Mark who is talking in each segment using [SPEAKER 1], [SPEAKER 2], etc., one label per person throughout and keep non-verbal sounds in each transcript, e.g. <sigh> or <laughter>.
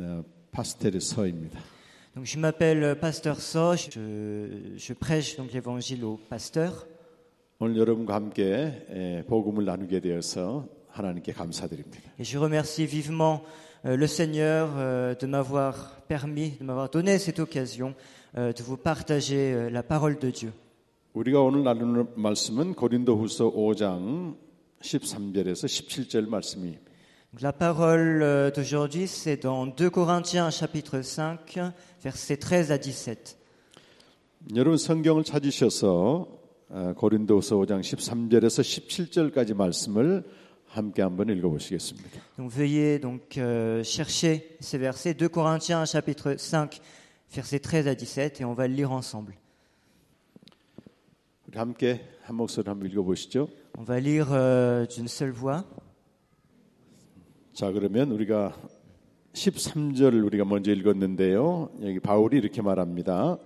[SPEAKER 1] 어, 파스테르 서입니다.
[SPEAKER 2] Donc je m'appelle euh, Pasteur So, je, je prêche donc l'évangile aux pasteurs.
[SPEAKER 1] 오늘 여러분과 함께 에, 복음을 나누게 되어서 하나님께 감사드립니다.
[SPEAKER 2] Et je remercie vivement euh, le Seigneur euh, de m'avoir permis, de m'avoir donné cette occasion euh, de vous partager euh, la parole de Dieu.
[SPEAKER 1] 우리가 오늘 나누는 말씀은 고린도후서 5장 13절에서 17절 말씀입니다.
[SPEAKER 2] Donc, la parole euh, d'aujourd'hui, c'est dans 2 Corinthiens chapitre 5, versets 13 à 17.
[SPEAKER 1] 여러분 성경을 찾으셔서 어, 고린도후서 5장 13절에서 17절까지 말씀을 함께 한번 읽어보시겠습니다.
[SPEAKER 2] Donc veuillez donc euh, chercher ces versets 2 Corinthiens chapitre 5, versets 13 à 17 et on va le lire ensemble.
[SPEAKER 1] 우리 함께 한 목소리 한번 읽어보시죠.
[SPEAKER 2] On va lire euh, d'une seule voix.
[SPEAKER 1] 자 그러면 우리가 13절을 우리가 먼저 읽었는데요. 여기 바울이 이렇게 말합니다.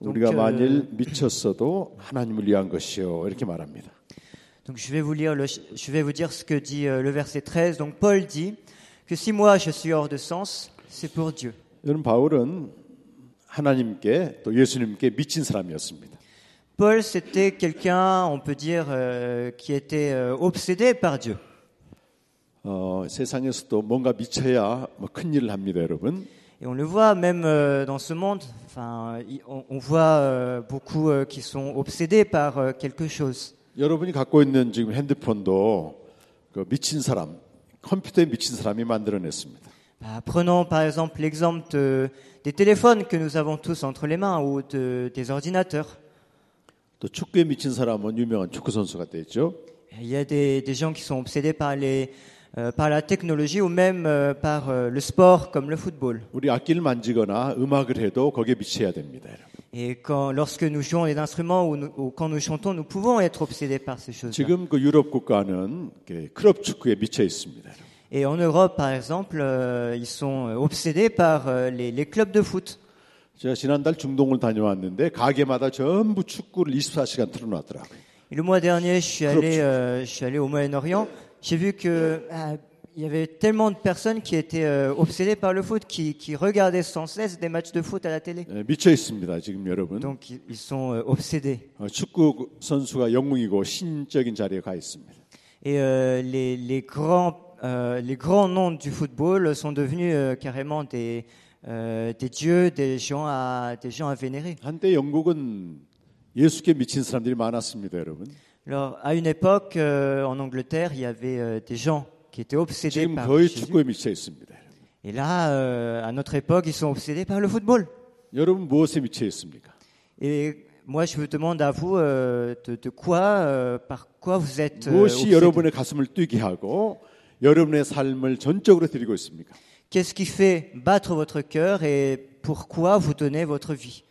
[SPEAKER 1] 우리가
[SPEAKER 2] 그-
[SPEAKER 1] 만일 미쳤어도 하나님을 위한 것이요 이렇게 말합니다.
[SPEAKER 2] Donc je vais vous lire le- je vais vous dire ce que dit euh, le verset 13. Donc Paul dit que si moi je suis hors de sens, c'est pour Dieu.
[SPEAKER 1] 여러분 바울은 하나님께 또 예수님께 미친 사람이었습니다.
[SPEAKER 2] Paul c'était quelqu'un, on peut dire, euh, qui était euh, obsédé par Dieu.
[SPEAKER 1] 어, 세상에서도 뭔가 미쳐야 뭐 큰일을 합니다, 여러분.
[SPEAKER 2] Et on le voit même euh, dans ce monde. Enfin, il- on, on voit euh, beaucoup euh, qui sont obsédés par euh, quelque chose.
[SPEAKER 1] 여러분이 갖고 있는 지금 핸드폰도 그 미친 사람, 컴퓨터에 미친 사람이 만들어냈습니다.
[SPEAKER 2] Bah, prenons par exemple l'exemple de- des téléphones que nous avons tous entre les mains ou de- des ordinateurs.
[SPEAKER 1] 또 축구에 미친 사람은 유명한 축구 선수가 됐죠.
[SPEAKER 2] Il y a des, des gens qui sont obsédés par, les, euh, par la technologie ou même euh, par euh, le sport comme le football.
[SPEAKER 1] 우리 악기를 만지거나 음악을 해도 거기에 미쳐야 됩니다. 여러분.
[SPEAKER 2] Et quand, lorsque nous jouons des instruments ou, nous- ou quand nous chantons, nous pouvons être obsédés par ces choses.
[SPEAKER 1] 지금 그 유럽 국가는 이렇게 클럽 축구에 미쳐 있습니다. 여러분.
[SPEAKER 2] Et en Europe, par exemple, euh, ils sont euh, obsédés par euh, les, les clubs de foot.
[SPEAKER 1] 제가 지난달 중동을 다녀왔는데 가게마다 전부 축구를 24시간 틀어놨더라고요.
[SPEAKER 2] Et le mois dernier, je suis
[SPEAKER 1] Club
[SPEAKER 2] allé, euh, je suis allé au Moyen-Orient. J'ai vu que ah, il y avait tellement de personnes qui étaient euh, obsédées par le foot, qui, qui regardaient sans cesse des matchs de foot à la télé.
[SPEAKER 1] 예, 미쳐 있습니다. 지금 여러분.
[SPEAKER 2] Donc, ils ils sont euh, obsédés.
[SPEAKER 1] 어, 축구 선수가 영웅이고 신적인 자리에 가 있습니다.
[SPEAKER 2] Et euh, les, les grands, euh, les grands noms du football sont devenus euh, carrément des, euh, des dieux, des gens à, des gens à vénérer.
[SPEAKER 1] 한때 영국은 예수께 미친 사람들이 많았습니다, 여러분.
[SPEAKER 2] Alors, à une époque, euh, en Angleterre, il y avait euh, des gens qui étaient obsédés
[SPEAKER 1] 지금
[SPEAKER 2] par
[SPEAKER 1] 거의
[SPEAKER 2] Jésus.
[SPEAKER 1] 축구에 미쳐 있습니다. 여러분.
[SPEAKER 2] Et là, euh, à notre époque, ils sont obsédés par le football.
[SPEAKER 1] 여러분 무엇에 미쳐 있습니까?
[SPEAKER 2] Et moi, je vous demande à vous euh, de, de quoi, euh, par quoi vous êtes euh,
[SPEAKER 1] 무엇이
[SPEAKER 2] obsédés.
[SPEAKER 1] 여러분의 가슴을 뛰게 하고 여러분의 삶을 전적으로 드리고 있습니까?
[SPEAKER 2] Qu'est-ce qui fait battre votre cœur et pourquoi vous donnez votre vie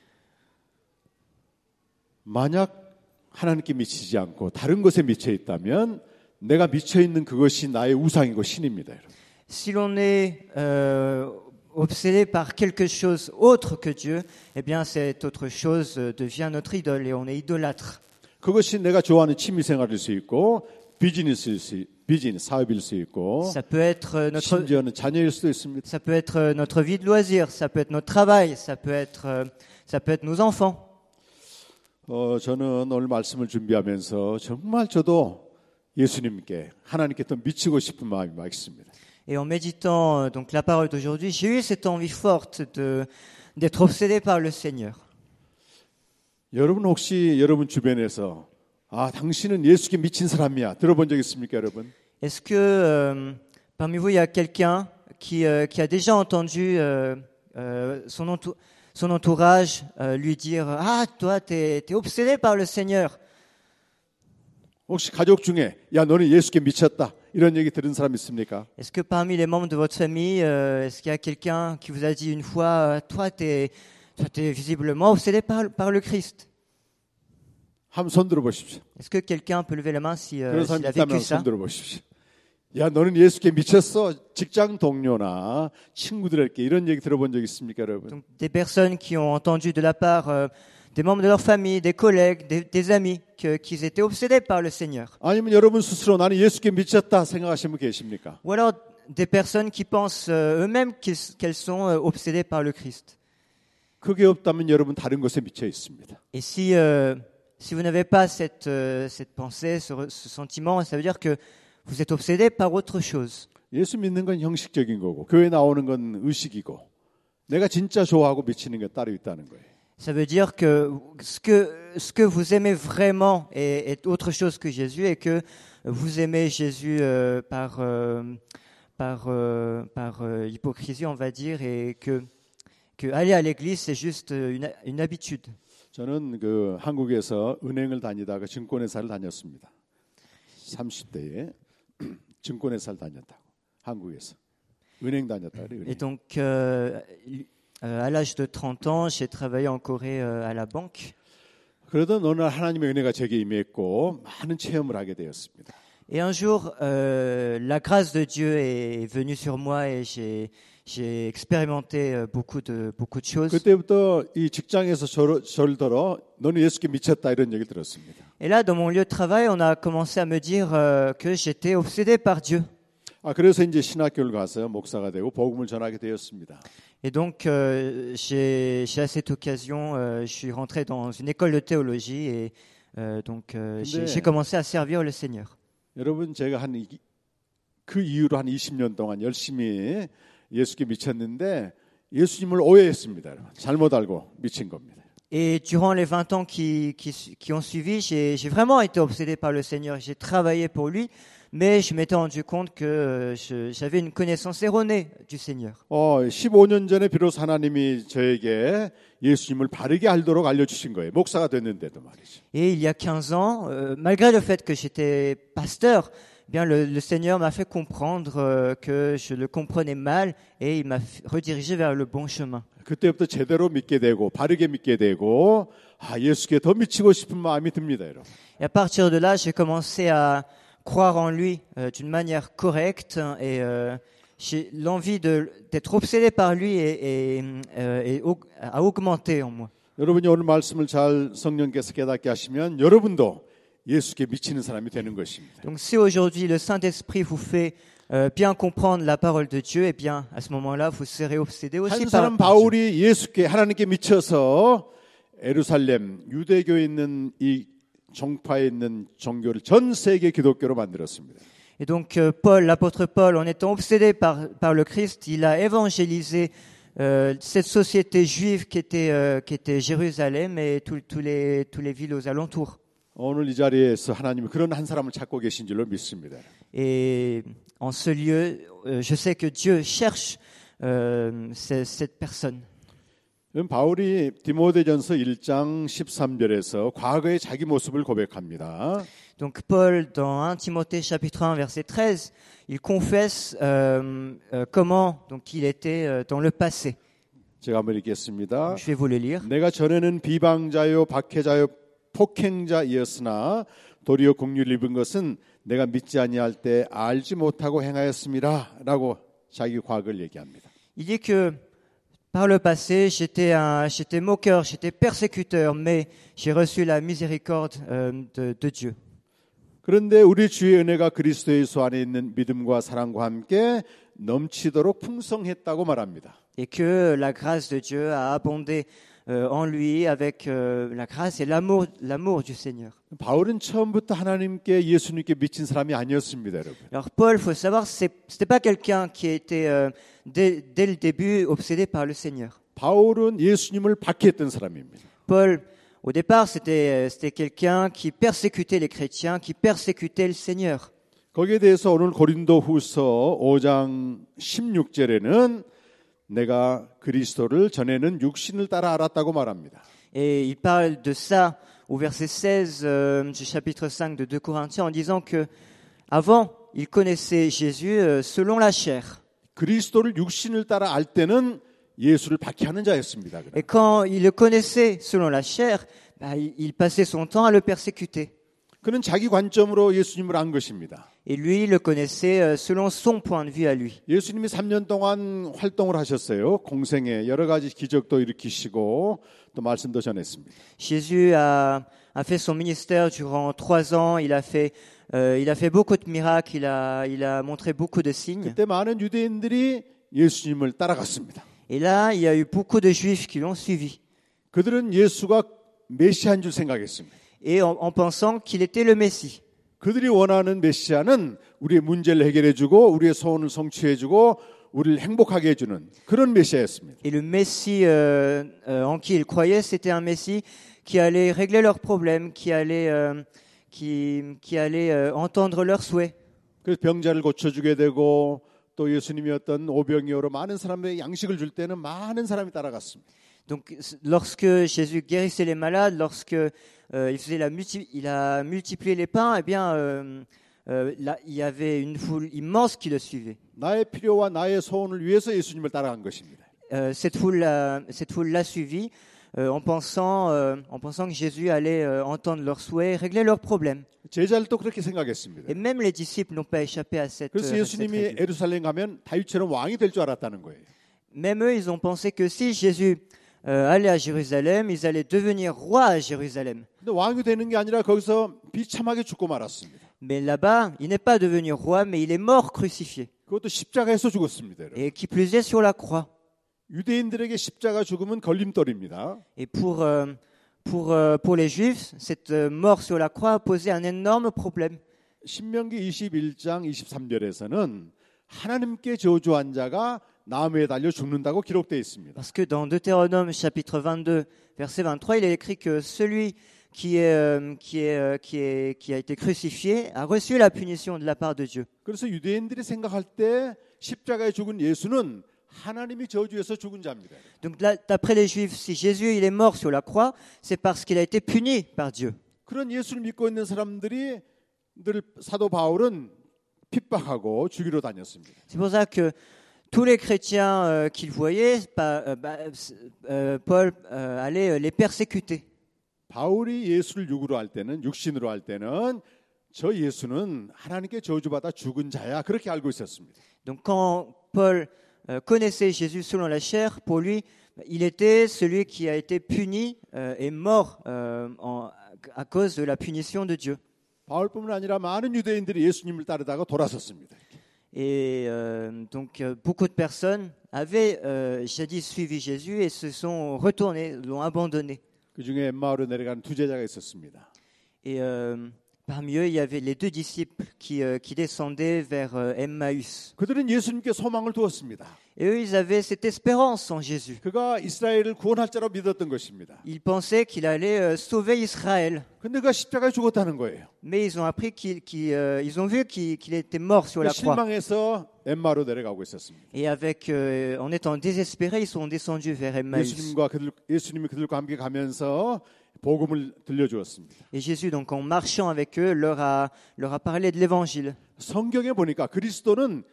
[SPEAKER 1] 만약 하나님께 미치지 않고 다른 것에 미쳐 있다면 내가 미쳐 있는 그것이 나의 우상이고 신입니다. 여러분.
[SPEAKER 2] Si l'on est euh, obsédé par quelque chose autre que Dieu, eh bien, cette autre chose euh, devient notre idole et on est idolâtre.
[SPEAKER 1] 그것이 내가 좋아하는 취미 생활일 수 있고 비즈니스일 수 비즈니스 사업일 수 있고
[SPEAKER 2] Ça peut être euh, notre
[SPEAKER 1] 심지어는 자녀일 수도 있습니다.
[SPEAKER 2] Ça peut être euh, notre vie de loisir, ça peut être notre travail, ça peut être, euh, ça peut être nos enfants.
[SPEAKER 1] 어, 저는 오늘 말씀을 준비하면서 정말 저도 예수님께 하나님께 더 미치고 싶은 마음이 막 있습니다.
[SPEAKER 2] Et en méditant euh, donc la parole d'aujourd'hui, j'ai eu cette envie forte de d'être obsédé par le Seigneur.
[SPEAKER 1] 여러분 혹시 여러분 주변에서 아 당신은 예수께 미친 사람이야 들어본 적 있습니까 여러분?
[SPEAKER 2] Est-ce que euh, parmi vous il y a quelqu'un qui euh, qui a déjà entendu euh, euh, son entou- son entourage euh, lui dire ah toi t'es t'es obsédé par le Seigneur
[SPEAKER 1] 혹시 가족 중에 야 너는 예수께 미쳤다 이런 얘기 들은 사람 있습니까?
[SPEAKER 2] Est-ce que parmi les membres de votre famille, euh, est-ce qu'il y a quelqu'un qui vous a dit une fois, euh, toi, t'es, toi, t'es visiblement obsédé par, par le Christ
[SPEAKER 1] 한번 손 들어보십시오.
[SPEAKER 2] Est-ce que quelqu'un peut lever la main si, euh,
[SPEAKER 1] 그런
[SPEAKER 2] s'il
[SPEAKER 1] 사람
[SPEAKER 2] a
[SPEAKER 1] 있다면
[SPEAKER 2] vécu
[SPEAKER 1] 손
[SPEAKER 2] ça
[SPEAKER 1] 들어보십시오. 야 너는 예수께 미쳤어 직장 동료나 친구들에게 이런 얘기 들어본 적 있습니까 여러분?
[SPEAKER 2] Donc, Des personnes qui ont entendu de la part euh, des membres de leur famille, des collègues, des, des amis, que- qu'ils étaient obsédés par le Seigneur.
[SPEAKER 1] 아니면 여러분 스스로 나는 예수께 미쳤다 생각하시는 분 계십니까?
[SPEAKER 2] Ou alors des personnes qui pensent euh, eux-mêmes qu'ils- qu'elles sont euh, obsédées par le Christ.
[SPEAKER 1] 그게 없다면 여러분 다른 것에 미쳐 있습니다.
[SPEAKER 2] Et si, euh, si vous n'avez pas cette, euh, cette pensée, ce, re- ce sentiment, ça veut dire que vous êtes obsédé par autre chose.
[SPEAKER 1] 예수 믿는 건 형식적인 거고 교회 나오는 건 의식이고 내가 진짜 좋아하고 미치는 게 따로 있다는 거예요.
[SPEAKER 2] Ça veut dire que ce que, ce que vous aimez vraiment est, est autre chose que Jésus et que vous aimez Jésus euh, par, euh, par, euh, par euh, hypocrisie, on va dire, et que, que aller à l'église, c'est juste euh, une, une habitude.
[SPEAKER 1] 저는 그 한국에서 은행을 다니다가 증권회사를 다녔습니다. 30대에 <clears throat> 증권회사를 다녔다고 한국에서 은행 다녔다 그래요. 은행.
[SPEAKER 2] Et donc, euh, euh, à l'âge de 30 ans, j'ai travaillé en Corée euh, à la banque.
[SPEAKER 1] 그러던 어느 날 하나님의 은혜가 제게 임했고 많은 체험을 하게 되었습니다.
[SPEAKER 2] Et un jour, euh, la grâce de Dieu est venue sur moi et j'ai j'ai expérimenté euh, beaucoup de, beaucoup de choses.
[SPEAKER 1] 그때부터 이 직장에서 저를, 저를 들어 너는 예수께 미쳤다 이런 얘기를 들었습니다.
[SPEAKER 2] Et là, dans mon lieu de travail, on a commencé à me dire euh, que j'étais obsédé par Dieu.
[SPEAKER 1] 아 그래서 이제 신학교를 가서 목사가 되고 복음을 전하게 되었습니다.
[SPEAKER 2] Et donc, euh, j'ai j'ai à cette occasion, euh, je suis rentré dans une école de théologie et euh, donc euh, j'ai
[SPEAKER 1] Mais-
[SPEAKER 2] j'ai commencé à servir le Seigneur.
[SPEAKER 1] 여러분 제가 한 그 이후로 한 20년 동안 열심히 예수께 미쳤는데 예수님을 오해했습니다. 여러분. 잘못 알고 미친 겁니다.
[SPEAKER 2] Et durant les 20 ans qui, qui, su- qui ont suivi, j'ai j'ai vraiment été obsédé par le Seigneur. J'ai travaillé pour lui, mais je m'étais rendu compte que euh, je- j'avais une connaissance erronée du Seigneur.
[SPEAKER 1] 어, 15년 전에 비로소 하나님이 저에게 예수님을 바르게 알도록 알려주신 거예요. 목사가 됐는데도 말이죠.
[SPEAKER 2] Et il y a 15 ans, euh, malgré le fait que j'étais pasteur, eh bien le, le Seigneur m'a fait comprendre euh, que je le comprenais mal et il m'a f- redirigé vers le bon chemin.
[SPEAKER 1] 그때부터 제대로 믿게 되고 바르게 믿게 되고 아, 예수께 더 미치고 싶은 마음이 듭니다, 여러분.
[SPEAKER 2] Et à partir de là, j'ai commencé à croire en lui euh, d'une manière correcte hein, et euh, j'ai l'envie de- d'être obsédé par lui et, et, euh, et aug- a augmenté en moi.
[SPEAKER 1] 여러분이 오늘 말씀을 잘 성령께서 깨닫게 하시면 여러분도 예수께 미치는 사람이 되는 것입니다.
[SPEAKER 2] Donc si aujourd'hui le Saint-Esprit vous fait euh, bien comprendre la parole de Dieu, eh bien à ce moment-là, vous serez obsédé aussi
[SPEAKER 1] 한
[SPEAKER 2] par
[SPEAKER 1] 사람
[SPEAKER 2] la parole.
[SPEAKER 1] 바울이 예수께 하나님께 미쳐서 에루살렘 유대교에 있는 이 종파에 있는 종교를 전 세계 기독교로 만들었습니다.
[SPEAKER 2] Et donc euh, Paul, l'apôtre Paul, en étant obsédé par, par le Christ, il a évangélisé euh, cette société juive qui était, euh, qui était Jérusalem et tous tous les, tous les villes aux alentours.
[SPEAKER 1] 오늘 이 자리에서 하나님이 그런 한 사람을 찾고 계신 줄로 믿습니다.
[SPEAKER 2] Et en ce lieu, euh, je sais que Dieu cherche euh, ce- cette personne.
[SPEAKER 1] 그럼 바울이 디모데전서 1장 13절에서 과거의 자기 모습을 고백합니다.
[SPEAKER 2] Donc Paul, dans 1 Timothée chapitre 1 verset 13, il confesse euh, euh, comment donc il était euh, dans le passé.
[SPEAKER 1] 제가 한번 읽겠습니다.
[SPEAKER 2] Je vais vous le lire.
[SPEAKER 1] 내가 전에는 비방자요 박해자요 폭행자이었으나 도리어 공유를 입은 것은 내가 믿지 아니할 때 알지 못하고 행하였습니다라고 자기 과거를 얘기합니다.
[SPEAKER 2] Il dit que par le passé, j'étais un, j'étais moqueur, j'étais persécuteur, mais j'ai reçu la miséricorde euh, de- de Dieu.
[SPEAKER 1] 그런데 우리 주의 은혜가 그리스도 예수 안에 있는 믿음과 사랑과 함께 넘치도록 풍성했다고 말합니다.
[SPEAKER 2] et que la grâce de Dieu a abondé euh, en lui avec euh, la grâce et l'amour, l'amour du Seigneur.
[SPEAKER 1] 바울은 처음부터 하나님께 예수님께 미친 사람이 아니었습니다, 여러분.
[SPEAKER 2] Alors Paul, faut savoir, c'est- c'était pas quelqu'un qui était euh, dès, dès le début obsédé par le Seigneur.
[SPEAKER 1] 바울은 예수님을 박해했던 사람입니다.
[SPEAKER 2] Paul, au départ, c'était euh, c'était quelqu'un qui persécutait les chrétiens, qui persécutait le Seigneur.
[SPEAKER 1] 거기에 대해서 오늘 고린도 후서 5장 16절에는 내가 그리스도를 전에는 육신을 따라 알았다고 말합니다.
[SPEAKER 2] Et il parle de ça au verset 16 euh, du chapitre 5 de 2 Corinthiens en disant que avant, il connaissait Jésus euh, selon la chair.
[SPEAKER 1] 그리스도를 육신을 따라 알 때는 예수를 박해하는 자였습니다. 그럼.
[SPEAKER 2] Et quand il le connaissait selon la chair, bah, il il passait son temps à le persécuter.
[SPEAKER 1] 그는 자기 관점으로 예수님을 안 것입니다.
[SPEAKER 2] Et lui, il le connaissait euh, selon son point de vue à lui.
[SPEAKER 1] 예수님이 3년 동안 활동을 하셨어요. 공생에 여러 가지 기적도 일으키시고 또 말씀도 전했습니다.
[SPEAKER 2] Jésus a, a fait son ministère durant trois ans. Il a fait Euh, il a fait beaucoup de miracles, il a, il a montré beaucoup de signes.
[SPEAKER 1] 그때 많은 유대인들이 예수님을 따라갔습니다.
[SPEAKER 2] Et là, il y a eu beaucoup de juifs qui l'ont suivi.
[SPEAKER 1] 그들은 예수가 메시아인 줄 생각했습니다.
[SPEAKER 2] Et en, en pensant qu'il était le Messie.
[SPEAKER 1] 그들이 원하는 메시아는 우리의 문제를 해결해주고 우리의 소원을 성취해주고 우리를 행복하게 해주는 그런 메시아였습니다.
[SPEAKER 2] Et le Messie euh, euh, en qui ils croyaient, c'était un Messie qui allait régler leurs problèmes, qui allait, euh, qui, qui allait euh, entendre leurs souhaits.
[SPEAKER 1] 그래서 병자를 고쳐주게 되고 또 예수님이 어떤 오병이어로 많은 사람에게 양식을 줄 때는 많은 사람이 따라갔습니다.
[SPEAKER 2] Donc, s- lorsque Jésus guérissait les malades, lorsque euh, il, faisait la multi- il a multiplié les pains, eh bien, euh, euh, là, il y avait une foule immense qui le suivait.
[SPEAKER 1] 나의 필요와 나의 소원을 위해서 예수님을 따라간 것입니다.
[SPEAKER 2] Euh, cette foule, l'a- cette foule l'a suivi euh, en pensant, euh, en pensant que Jésus allait euh, entendre leurs souhaits, et régler leurs problèmes.
[SPEAKER 1] 제자들도 그렇게 생각했습니다.
[SPEAKER 2] Et même les disciples n'ont pas échappé à cette.
[SPEAKER 1] 그래서
[SPEAKER 2] euh, à cette
[SPEAKER 1] 예수님이
[SPEAKER 2] règle.
[SPEAKER 1] 에루살렘 가면 다윗처럼 왕이 될 줄 알았다는 거예요.
[SPEAKER 2] Même eux, ils ont pensé que si Jésus euh, allait à Jérusalem, ils allaient devenir rois à Jérusalem.
[SPEAKER 1] 근데 왕이 되는 게 아니라 거기서 비참하게 죽고 말았습니다.
[SPEAKER 2] Mais là-bas, il n'est pas devenu roi, mais il est mort crucifié.
[SPEAKER 1] 그것도 십자가에서 죽었습니다. 여러분.
[SPEAKER 2] Et qui plus est sur la croix.
[SPEAKER 1] 유대인들에게 십자가 죽음은 걸림돌입니다.
[SPEAKER 2] Et pour, euh, pour, euh, pour les Juifs, cette euh, mort sur la croix a posé un énorme problème.
[SPEAKER 1] 신명기 21장 23절에서는 하나님께 저주한 자가 나무에 달려 죽는다고 기록되어 있습니다.
[SPEAKER 2] Parce que dans Deutéronome chapitre 22, verset 23, il est écrit que celui qui, est, euh, qui, est, euh, qui, est, qui a été crucifié a reçu la punition de la part de Dieu.
[SPEAKER 1] 그래서 유대인들이 생각할 때 십자가에 죽은 예수는 하나님이 저주해서 죽은 자입니다.
[SPEAKER 2] Donc là, d'après les Juifs, si Jésus il est mort sur la croix, c'est parce qu'il a été puni par Dieu.
[SPEAKER 1] 그런 예수를 믿고 있는 사람들이 늘 사도 바울은 핍박하고 죽이러 다녔습니다.
[SPEAKER 2] C'est pour ça que tous les chrétiens euh, qu'il voyait, pas- euh, bah, euh, Paul euh, allait euh, les persécuter.
[SPEAKER 1] 바울이 예수를 육으로 할 때는 육신으로 할 때는 저 예수는 하나님께 저주받아 죽은 자야 그렇게 알고 있었습니다.
[SPEAKER 2] Donc quand Paul euh, connaissait Jésus selon la chair, pour lui, il était celui qui a été puni euh, et mort euh, en- à cause de la punition de Dieu.
[SPEAKER 1] 바울뿐만 아니라 많은 유대인들이 예수님을 따르다가 돌아섰습니다.
[SPEAKER 2] Et euh, donc euh, beaucoup de personnes avaient euh, jadis suivi Jésus et se sont retournées, l'ont abandonné.
[SPEAKER 1] 그 중에 엠마오로 내려간 두 제자가 있었습니다.
[SPEAKER 2] Et euh, parmi eux, il y avait les deux disciples qui, euh, qui descendaient vers euh, Emmaüs.
[SPEAKER 1] 그들은 예수님께 소망을 두었습니다.
[SPEAKER 2] Et eux, ils avaient cette espérance en Jésus.
[SPEAKER 1] 그가 이스라엘을 구원할 자로 믿었던 것입니다.
[SPEAKER 2] Ils pensaient qu'il allait euh, sauver Israël.
[SPEAKER 1] 근데 그가 십자가에 죽었다는 거예요.
[SPEAKER 2] Mais ils ont appris qu'il, qu'il, euh, ils ont vu qu'il, qu'il était mort sur la croix.
[SPEAKER 1] 실망해서 엠마로 내려가고 있었습니다.
[SPEAKER 2] Et avec, euh, en étant désespérés, ils sont descendus vers Emmaüs.
[SPEAKER 1] 예수님과 그들, 예수님이 그들과 함께 가면서 복음을 들려주었습니다.
[SPEAKER 2] Et Jésus, donc, en marchant avec eux, leur a, leur a parlé de l'évangile.
[SPEAKER 1] 성경에 보니까 그리스도는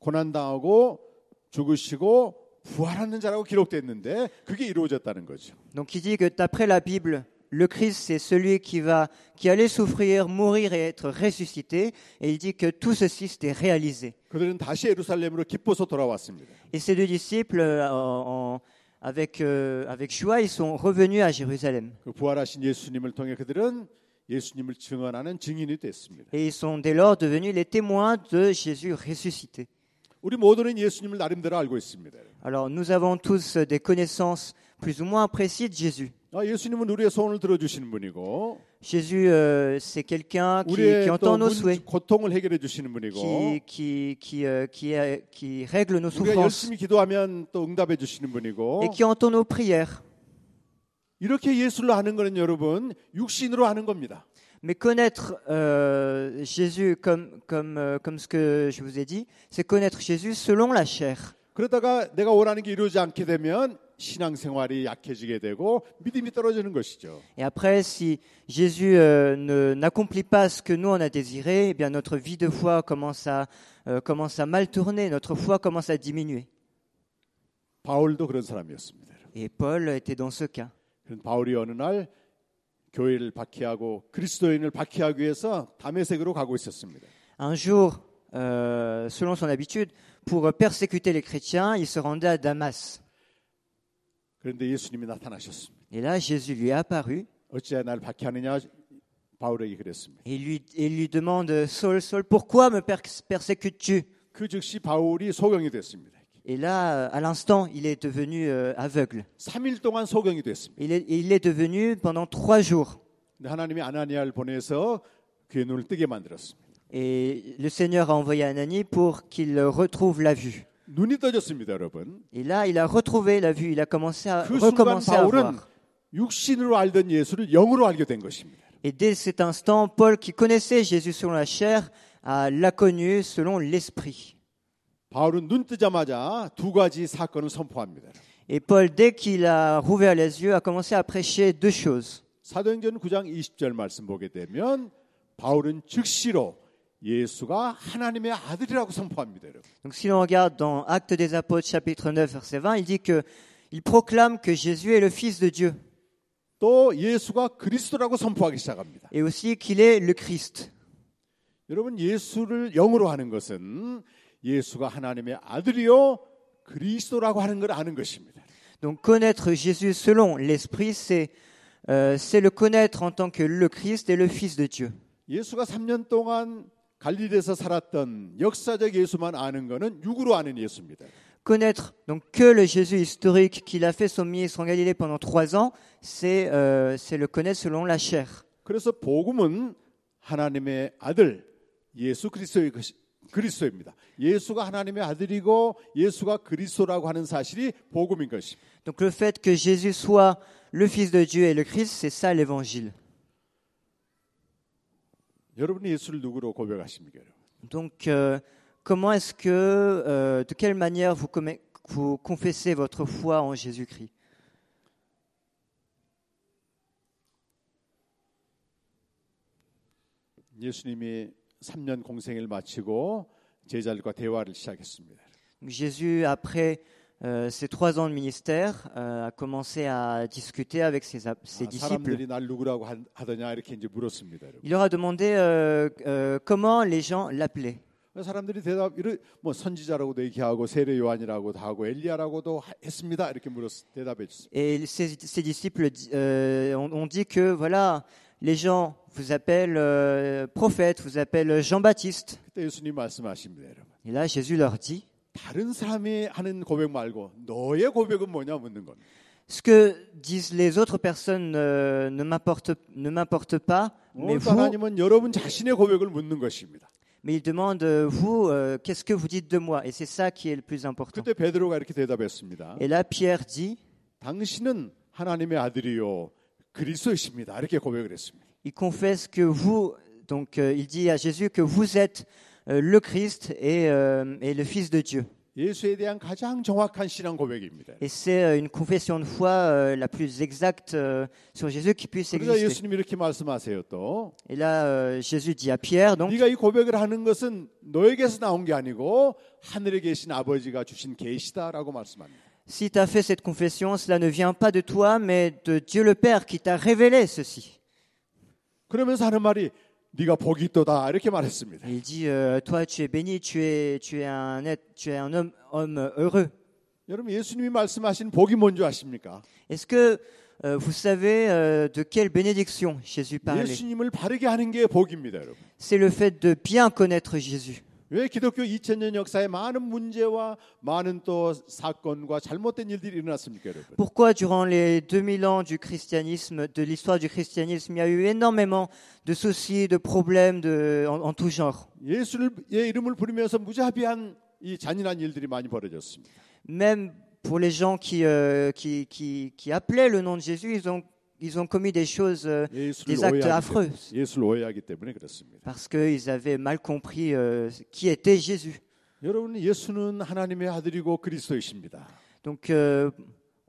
[SPEAKER 1] 고난당하고 죽으시고 부활하는 자라고 기록됐는데 그게 이루어졌다는 거죠.
[SPEAKER 2] Donc, il dit que d'après la Bible, le Christ, c'est celui qui va, qui allait souffrir, mourir et être ressuscité. Et il dit que tout ceci s'était réalisé.
[SPEAKER 1] 그들은 다시 예루살렘으로 기뻐서 돌아왔습니다.
[SPEAKER 2] Et ces deux disciples, euh, en- en- avec, euh, avec joie, ils sont revenus à Jérusalem.
[SPEAKER 1] 그 부활하신 예수님을 통해 그들은 예수님을 증언하는 증인이 됐습니다.
[SPEAKER 2] Et ils sont dès lors devenus les témoins de Jésus ressuscité.
[SPEAKER 1] 우리 모두는 예수님을 나름대로 알고 있습니다.
[SPEAKER 2] Alors nous avons tous des connaissances plus ou moins précises de Jésus.
[SPEAKER 1] 아, 예수님은 우리의 소원을 들어주시는 분이고
[SPEAKER 2] Jésus, euh, c'est quelqu'un qui,
[SPEAKER 1] 우리의
[SPEAKER 2] qui
[SPEAKER 1] 또
[SPEAKER 2] entend
[SPEAKER 1] 문-
[SPEAKER 2] nos souhaits,
[SPEAKER 1] 고통을 해결해 주시는 분이고
[SPEAKER 2] qui, qui, qui, euh, qui, euh, qui règle nos
[SPEAKER 1] 우리가
[SPEAKER 2] souffrances
[SPEAKER 1] 열심히 기도하면 또 응답해 주시는
[SPEAKER 2] et
[SPEAKER 1] 분이고
[SPEAKER 2] qui entend nos prières.
[SPEAKER 1] 이렇게 예술로 하는 것은 여러분 육신으로 하는 겁니다.
[SPEAKER 2] Mais connaître euh, Jésus comme, comme, euh, comme ce que je vous ai dit, c'est connaître Jésus selon la chair.
[SPEAKER 1] 그러다가 내가 원하는 게 이루어지지 않게 되면 신앙생활이 약해지게 되고 믿음이 떨어지는 것이죠.
[SPEAKER 2] Et après, si Jésus euh, ne- n'accomplit pas ce que nous on a désiré, eh bien notre vie de foi commence à, euh, commence à mal tourner, notre foi commence à diminuer.
[SPEAKER 1] 바울도 그런 사람이었습니다.
[SPEAKER 2] Et Paul était dans ce cas.
[SPEAKER 1] 그런 바울이 어느 날 교회를 박해하고 그리스도인을 박해하기 위해서 담에색으로 가고 있었습니다.
[SPEAKER 2] Un jour, euh, selon son habitude, pour persécuter les chrétiens, il se rendait à Damas.
[SPEAKER 1] 그런데 예수님이 나타나셨습니다.
[SPEAKER 2] Et là, Jésus lui est apparu.
[SPEAKER 1] 어찌하여 날 박해하느냐 바울에게 그랬습니다.
[SPEAKER 2] Et il lui, il lui demande, Saul, Saul, pourquoi me pers- persécutes-tu
[SPEAKER 1] 그 즉시 바울이 소경이 됐습니다.
[SPEAKER 2] Et là, euh, à l'instant, il est devenu euh, aveugle.
[SPEAKER 1] 3일 동안 소경이 됐습니다.
[SPEAKER 2] Il est, il est devenu pendant trois jours.
[SPEAKER 1] 근데 하나님이 아나니아를 보내서 그의 눈을 뜨게 만들었습니다.
[SPEAKER 2] Et le Seigneur a envoyé Anani pour qu'il retrouve la vue.
[SPEAKER 1] 눈이 떠졌습니다, 여러분.
[SPEAKER 2] Et là, il a retrouvé la vue. Il a commencé à
[SPEAKER 1] 그 순간
[SPEAKER 2] recommencer à
[SPEAKER 1] 바울은
[SPEAKER 2] voir.
[SPEAKER 1] 육신으로 알던 예수를 영으로 알게 된 것입니다.
[SPEAKER 2] Et dès cet instant, Paul, qui connaissait Jésus selon la chair, a- l'a connu selon l'esprit.
[SPEAKER 1] 바울은 눈 뜨자마자 두 가지 사건을 선포합니다.
[SPEAKER 2] Et Paul, dès qu'il a rouvert les yeux, a commencé à prêcher deux choses.
[SPEAKER 1] 사도행전 9장 20절 말씀 보게 되면 바울은 즉시로 예수가 하나님의 아들이라고 선포합니다. 여러분.
[SPEAKER 2] Donc, si l'on regarde dans Actes des Apôtres, chapitre 9, verset 20, il dit que il proclame que Jésus est le Fils de Dieu
[SPEAKER 1] 또 예수가 그리스도라고 선포하기 시작합니다.
[SPEAKER 2] et aussi qu'il est le Christ.
[SPEAKER 1] 여러분 예수를 영으로 하는 것은 예수가 하나님의 아들이요 그리스도라고 하는 걸 아는 것입니다.
[SPEAKER 2] Donc connaître Jésus selon l'Esprit, c'est euh, c'est le connaître en tant que le Christ et le Fils de Dieu.
[SPEAKER 1] 예수가 3년 동안 갈릴리에서 살았던 역사적 예수만 아는 것은 육으로 아는 예수입니다.
[SPEAKER 2] Connaître donc que le Jésus historique qu'il a fait son ministre en Galilée pendant trois ans, c'est euh, c'est le connaître selon la chair.
[SPEAKER 1] 그래서 복음은 하나님의 아들 예수 그리스도의 것이 그리스도입니다. 예수가 하나님의 아들이고 예수가 그리스도라고 하는 사실이 복음인 것입니다.
[SPEAKER 2] Donc le fait que Jésus soit le Fils de Dieu et le Christ, c'est ça l'Évangile.
[SPEAKER 1] 여러분이 예수를 누구로 고백하십니까? 여러분?
[SPEAKER 2] Donc euh, comment est-ce que, euh, de quelle manière vous, commet- vous confessez votre foi en Jésus-Christ
[SPEAKER 1] 예수님이 3년 공생을 마치고 제자들과 대화를 시작했습니다. 아,
[SPEAKER 2] Jésus, après euh, ses trois ans de ministère, euh, a commencé à discuter avec ses, ap- ses
[SPEAKER 1] 아,
[SPEAKER 2] disciples.
[SPEAKER 1] 사람들이 날 누구라고 한- 하더냐 이렇게 이제 물었습니다. 여러분.
[SPEAKER 2] Il leur a demandé euh, euh, comment les gens l'appelaient.
[SPEAKER 1] 사람들이 대답 이르 뭐 선지자라고도 얘기하고 세례 요한이라고도 하고 엘리야라고도 하- 했습니다. 이렇게 물었 대답해 주습니다
[SPEAKER 2] Et ses, ses disciples di- euh, ont, ont dit que voilà, les gens vous appellent euh, prophète, vous appellent Jean-Baptiste.
[SPEAKER 1] 그때 예수님 말씀하십니다. 여러분.
[SPEAKER 2] Et là, Jésus leur dit
[SPEAKER 1] 다른 사람이 하는 고백 말고 너의 고백은 뭐냐 묻는 겁니다.
[SPEAKER 2] ce que disent les autres personnes euh, ne m'importe ne m'importe pas, mais
[SPEAKER 1] 오늘
[SPEAKER 2] vous,
[SPEAKER 1] 하나님은 여러분 자신의 고백을 묻는 것입니다.
[SPEAKER 2] mais il demande euh, vous euh, qu'est-ce que vous dites de moi Et c'est ça qui est le plus important.
[SPEAKER 1] 그때 베드로가 이렇게 대답했습니다.
[SPEAKER 2] Et là, Pierre dit,
[SPEAKER 1] 당신은 하나님의 아들이요 그리스도이십니다. 이렇게 고백을 했습니다.
[SPEAKER 2] il confesse que vous, donc euh, il dit à Jésus que vous êtes euh, le Christ et, euh, et le Fils de Dieu.
[SPEAKER 1] 예수에 대한 가장 정확한 신앙 고백입니다.
[SPEAKER 2] Et c'est euh, une confession de foi euh, la plus exacte euh, sur Jésus qui puisse
[SPEAKER 1] 그러자
[SPEAKER 2] exister.
[SPEAKER 1] 예수님 이렇게 말씀하세요. 또
[SPEAKER 2] Et là, euh, Jésus dit à Pierre, donc,
[SPEAKER 1] 네가 이 고백을 하는 것은 너에게서 나온 게 아니고 하늘에 계신 아버지가 주신 계시다라고 말씀합니다.
[SPEAKER 2] si tu as fait cette confession, cela ne vient pas de toi, mais de Dieu le Père qui t'a révélé ceci.
[SPEAKER 1] 그러면서 하는 말이 네가 복이 있도다 이렇게 말했습니다.
[SPEAKER 2] Et il dit, euh, toi, tu es béni, tu es, tu es un être, tu es un homme, homme heureux.
[SPEAKER 1] 여러분 예수님이 말씀하신 복이 뭔지 아십니까?
[SPEAKER 2] Est-ce que euh, vous savez euh, de quelle bénédiction Jésus parlait
[SPEAKER 1] 예수님을 바르게 하는 게 복입니다, 여러분.
[SPEAKER 2] C'est le fait de bien connaître Jésus.
[SPEAKER 1] 왜 기독교 2000년 역사에 많은 문제와 많은 또 사건과 잘못된 일들이 일어났습니까, 여러분?
[SPEAKER 2] Pourquoi durant les 2000 ans du christianisme, de l'histoire du christianisme, il y a eu énormément de soucis, de problèmes de, en, en tout genre
[SPEAKER 1] 예수의 이름을 부르면서 무자비한 이 잔인한 일들이 많이 벌어졌습니다.
[SPEAKER 2] Même pour les gens qui, euh, qui, qui, qui appelaient le nom de Jésus, ils ont, ils ont commis des choses, euh,
[SPEAKER 1] 예수를
[SPEAKER 2] des
[SPEAKER 1] 오해하기,
[SPEAKER 2] actes
[SPEAKER 1] 때문에,
[SPEAKER 2] affreux,
[SPEAKER 1] 예수를 오해하기 때문에 그렇습니다.
[SPEAKER 2] parce qu'ils avaient mal compris euh, qui était Jésus.
[SPEAKER 1] 여러분, 예수는 하나님의 아들이고 그리스도이십니다.
[SPEAKER 2] Donc, euh,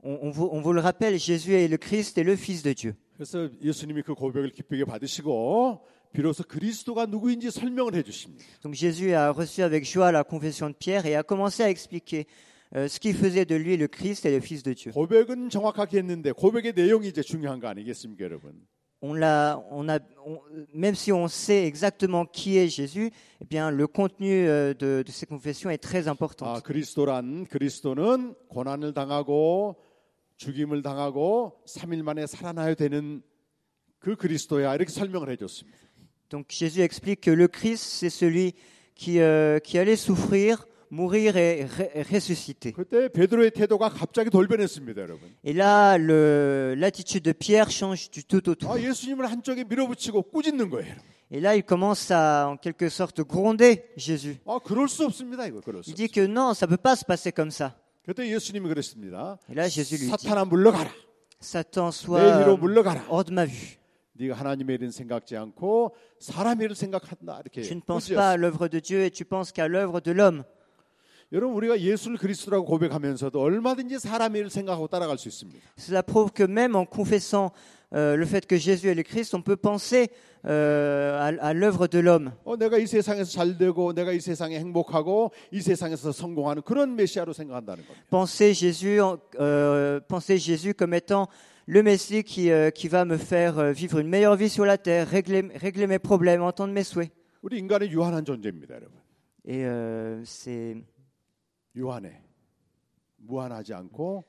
[SPEAKER 2] on, on vous, on vous le rappelle, Jésus est le Christ et le Fils de Dieu.
[SPEAKER 1] 그래서 예수님이 그 고백을 기쁘게 받으시고 비로소 그리스도가 누구인지 설명을 해 주십니다.
[SPEAKER 2] Donc Jésus a reçu avec joie la confession de Pierre et a commencé à expliquer euh, ce qui faisait de lui le Christ et le Fils de Dieu.
[SPEAKER 1] 고백은 정확하게 했는데 고백의 내용이 이제 중요한 거 아니겠습니까, 여러분?
[SPEAKER 2] On l'a, on a, on- même si on sait exactement qui est Jésus, eh bien le contenu euh, de, de ces confessions est très important.
[SPEAKER 1] 아, 그리스도란 그리스도는 고난을 당하고 죽임을 당하고 3일 만에 살아나야 되는 그 그리스도야 이렇게 설명을 해줬습니다.
[SPEAKER 2] Donc Jésus explique que le Christ, c'est celui qui, euh, qui allait souffrir, mourir et, re- et ressusciter.
[SPEAKER 1] 그때 베드로의 태도가 갑자기 돌변했습니다, 여러분.
[SPEAKER 2] Et là, le- l'attitude de Pierre change du tout au tout.
[SPEAKER 1] 아, 예수님을 한쪽에 밀어붙이고 꾸짖는 거예요. 여러분.
[SPEAKER 2] Et là, il commence à, en quelque sorte, gronder Jésus.
[SPEAKER 1] 아, 그럴 수 없습니다, 이거 그럴 수.
[SPEAKER 2] Il
[SPEAKER 1] 없
[SPEAKER 2] dit que non, ça ne peut pas se passer comme ça.
[SPEAKER 1] 그때 예수님이 그랬습니다.
[SPEAKER 2] Et là, Jésus lui dit,
[SPEAKER 1] 사탄아 물러가라.
[SPEAKER 2] Satan, sois
[SPEAKER 1] 내
[SPEAKER 2] euh,
[SPEAKER 1] 뒤로 물러가라.
[SPEAKER 2] hors de ma vue.
[SPEAKER 1] 네가 하나님의 일은 생각지 않고 사람의 일을 생각한다. 이렇게
[SPEAKER 2] Tu ne
[SPEAKER 1] 꾸짖었어요.
[SPEAKER 2] penses pas à l'œuvre de Dieu et tu penses qu'à l'œuvre de l'homme.
[SPEAKER 1] 여러분 우리가 예수를 그리스도라고 고백하면서도 얼마든지 사람의 일을 생각하고 따라갈 수 있습니다.
[SPEAKER 2] Cela prouve que même en confessant euh, le fait que Jésus est le Christ, on peut penser euh, à, à l'œuvre de l'homme.
[SPEAKER 1] 어, 내가 이 세상에서 잘 되고 내가 이 세상에 행복하고 이 세상에서 성공하는 그런 메시아로 생각한다는 겁니다.
[SPEAKER 2] Penser Jésus, en- euh, penser Jésus comme étant le Messie qui, euh, qui va me faire euh, vivre une meilleure vie sur la terre, régler, régler mes problèmes, entendre mes souhaits.
[SPEAKER 1] 우리 인간은 유한한 존재입니다, 여러분.
[SPEAKER 2] Et euh, c'est
[SPEAKER 1] 유한해. 무한하지 않고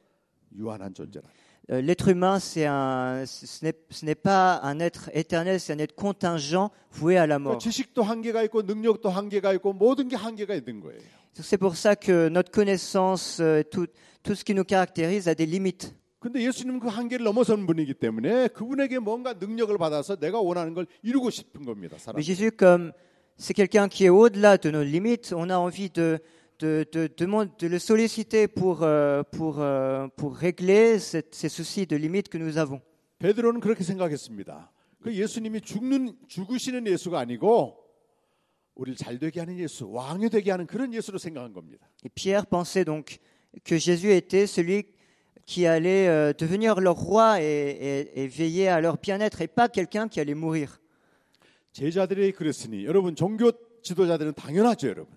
[SPEAKER 1] 유한한 존재라.
[SPEAKER 2] euh, l'être humain, c'est un, ce n'est- ce n'est pas un être éternel, c'est un être contingent voué à la
[SPEAKER 1] 그러니까
[SPEAKER 2] mort.
[SPEAKER 1] 지식도 한계가 있고 능력도 한계가 있고 모든 게 한계가 있는 거예요.
[SPEAKER 2] C'est pour ça que notre connaissance, euh, tout, tout ce qui nous caractérise, a des limites.
[SPEAKER 1] 근데 예수님은 그 한계를 넘어선 분이기 때문에 그분에게 뭔가 능력을 받아서 내가 원하는 걸 이루고 싶은 겁니다. 사람.
[SPEAKER 2] Mais Jésus, comme c'est quelqu'un qui est au-delà de nos limites, on a envie de, de, de, de mon- de le solliciter pour, euh, pour, euh, pour régler cette- ces soucis de limites que nous avons.
[SPEAKER 1] 베드로는 그렇게 생각했습니다. 그 예수님이 죽는 죽으시는 예수가 아니고 우리를 잘 되게 하는 예수, 왕이 되게 하는 그런 예수로 생각한 겁니다.
[SPEAKER 2] Et Pierre pensait donc que Jésus était celui qui allait euh, devenir leur roi et, et- et veiller à leur bien-être et pas quelqu'un qui allait mourir.
[SPEAKER 1] 제자들이 그랬으니 여러분 종교 지도자들은 당연하죠, 여러분.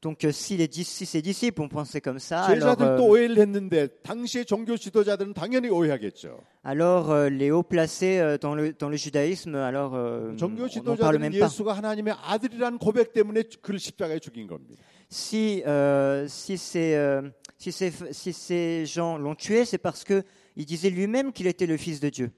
[SPEAKER 2] Donc euh, si, les, dis- si ses disciples ont pensé comme ça, alors, euh,
[SPEAKER 1] 제자들도 오해를 했는데 당시의 종교 지도자들은 당연히 오해하겠죠.
[SPEAKER 2] alors, euh, les hauts placés euh, dans, le, dans le judaïsme, alors euh,
[SPEAKER 1] 종교
[SPEAKER 2] on n'en parle
[SPEAKER 1] 지도자들은
[SPEAKER 2] même pas.
[SPEAKER 1] 예수가 하나님의 아들이라는 고백 때문에 그를 십자가에 죽인 겁니다.
[SPEAKER 2] si, euh, si, ces, euh, si, ces, si ces gens l'ont tué, c'est parce que il disait lui-même qu'il était le Fils de Dieu.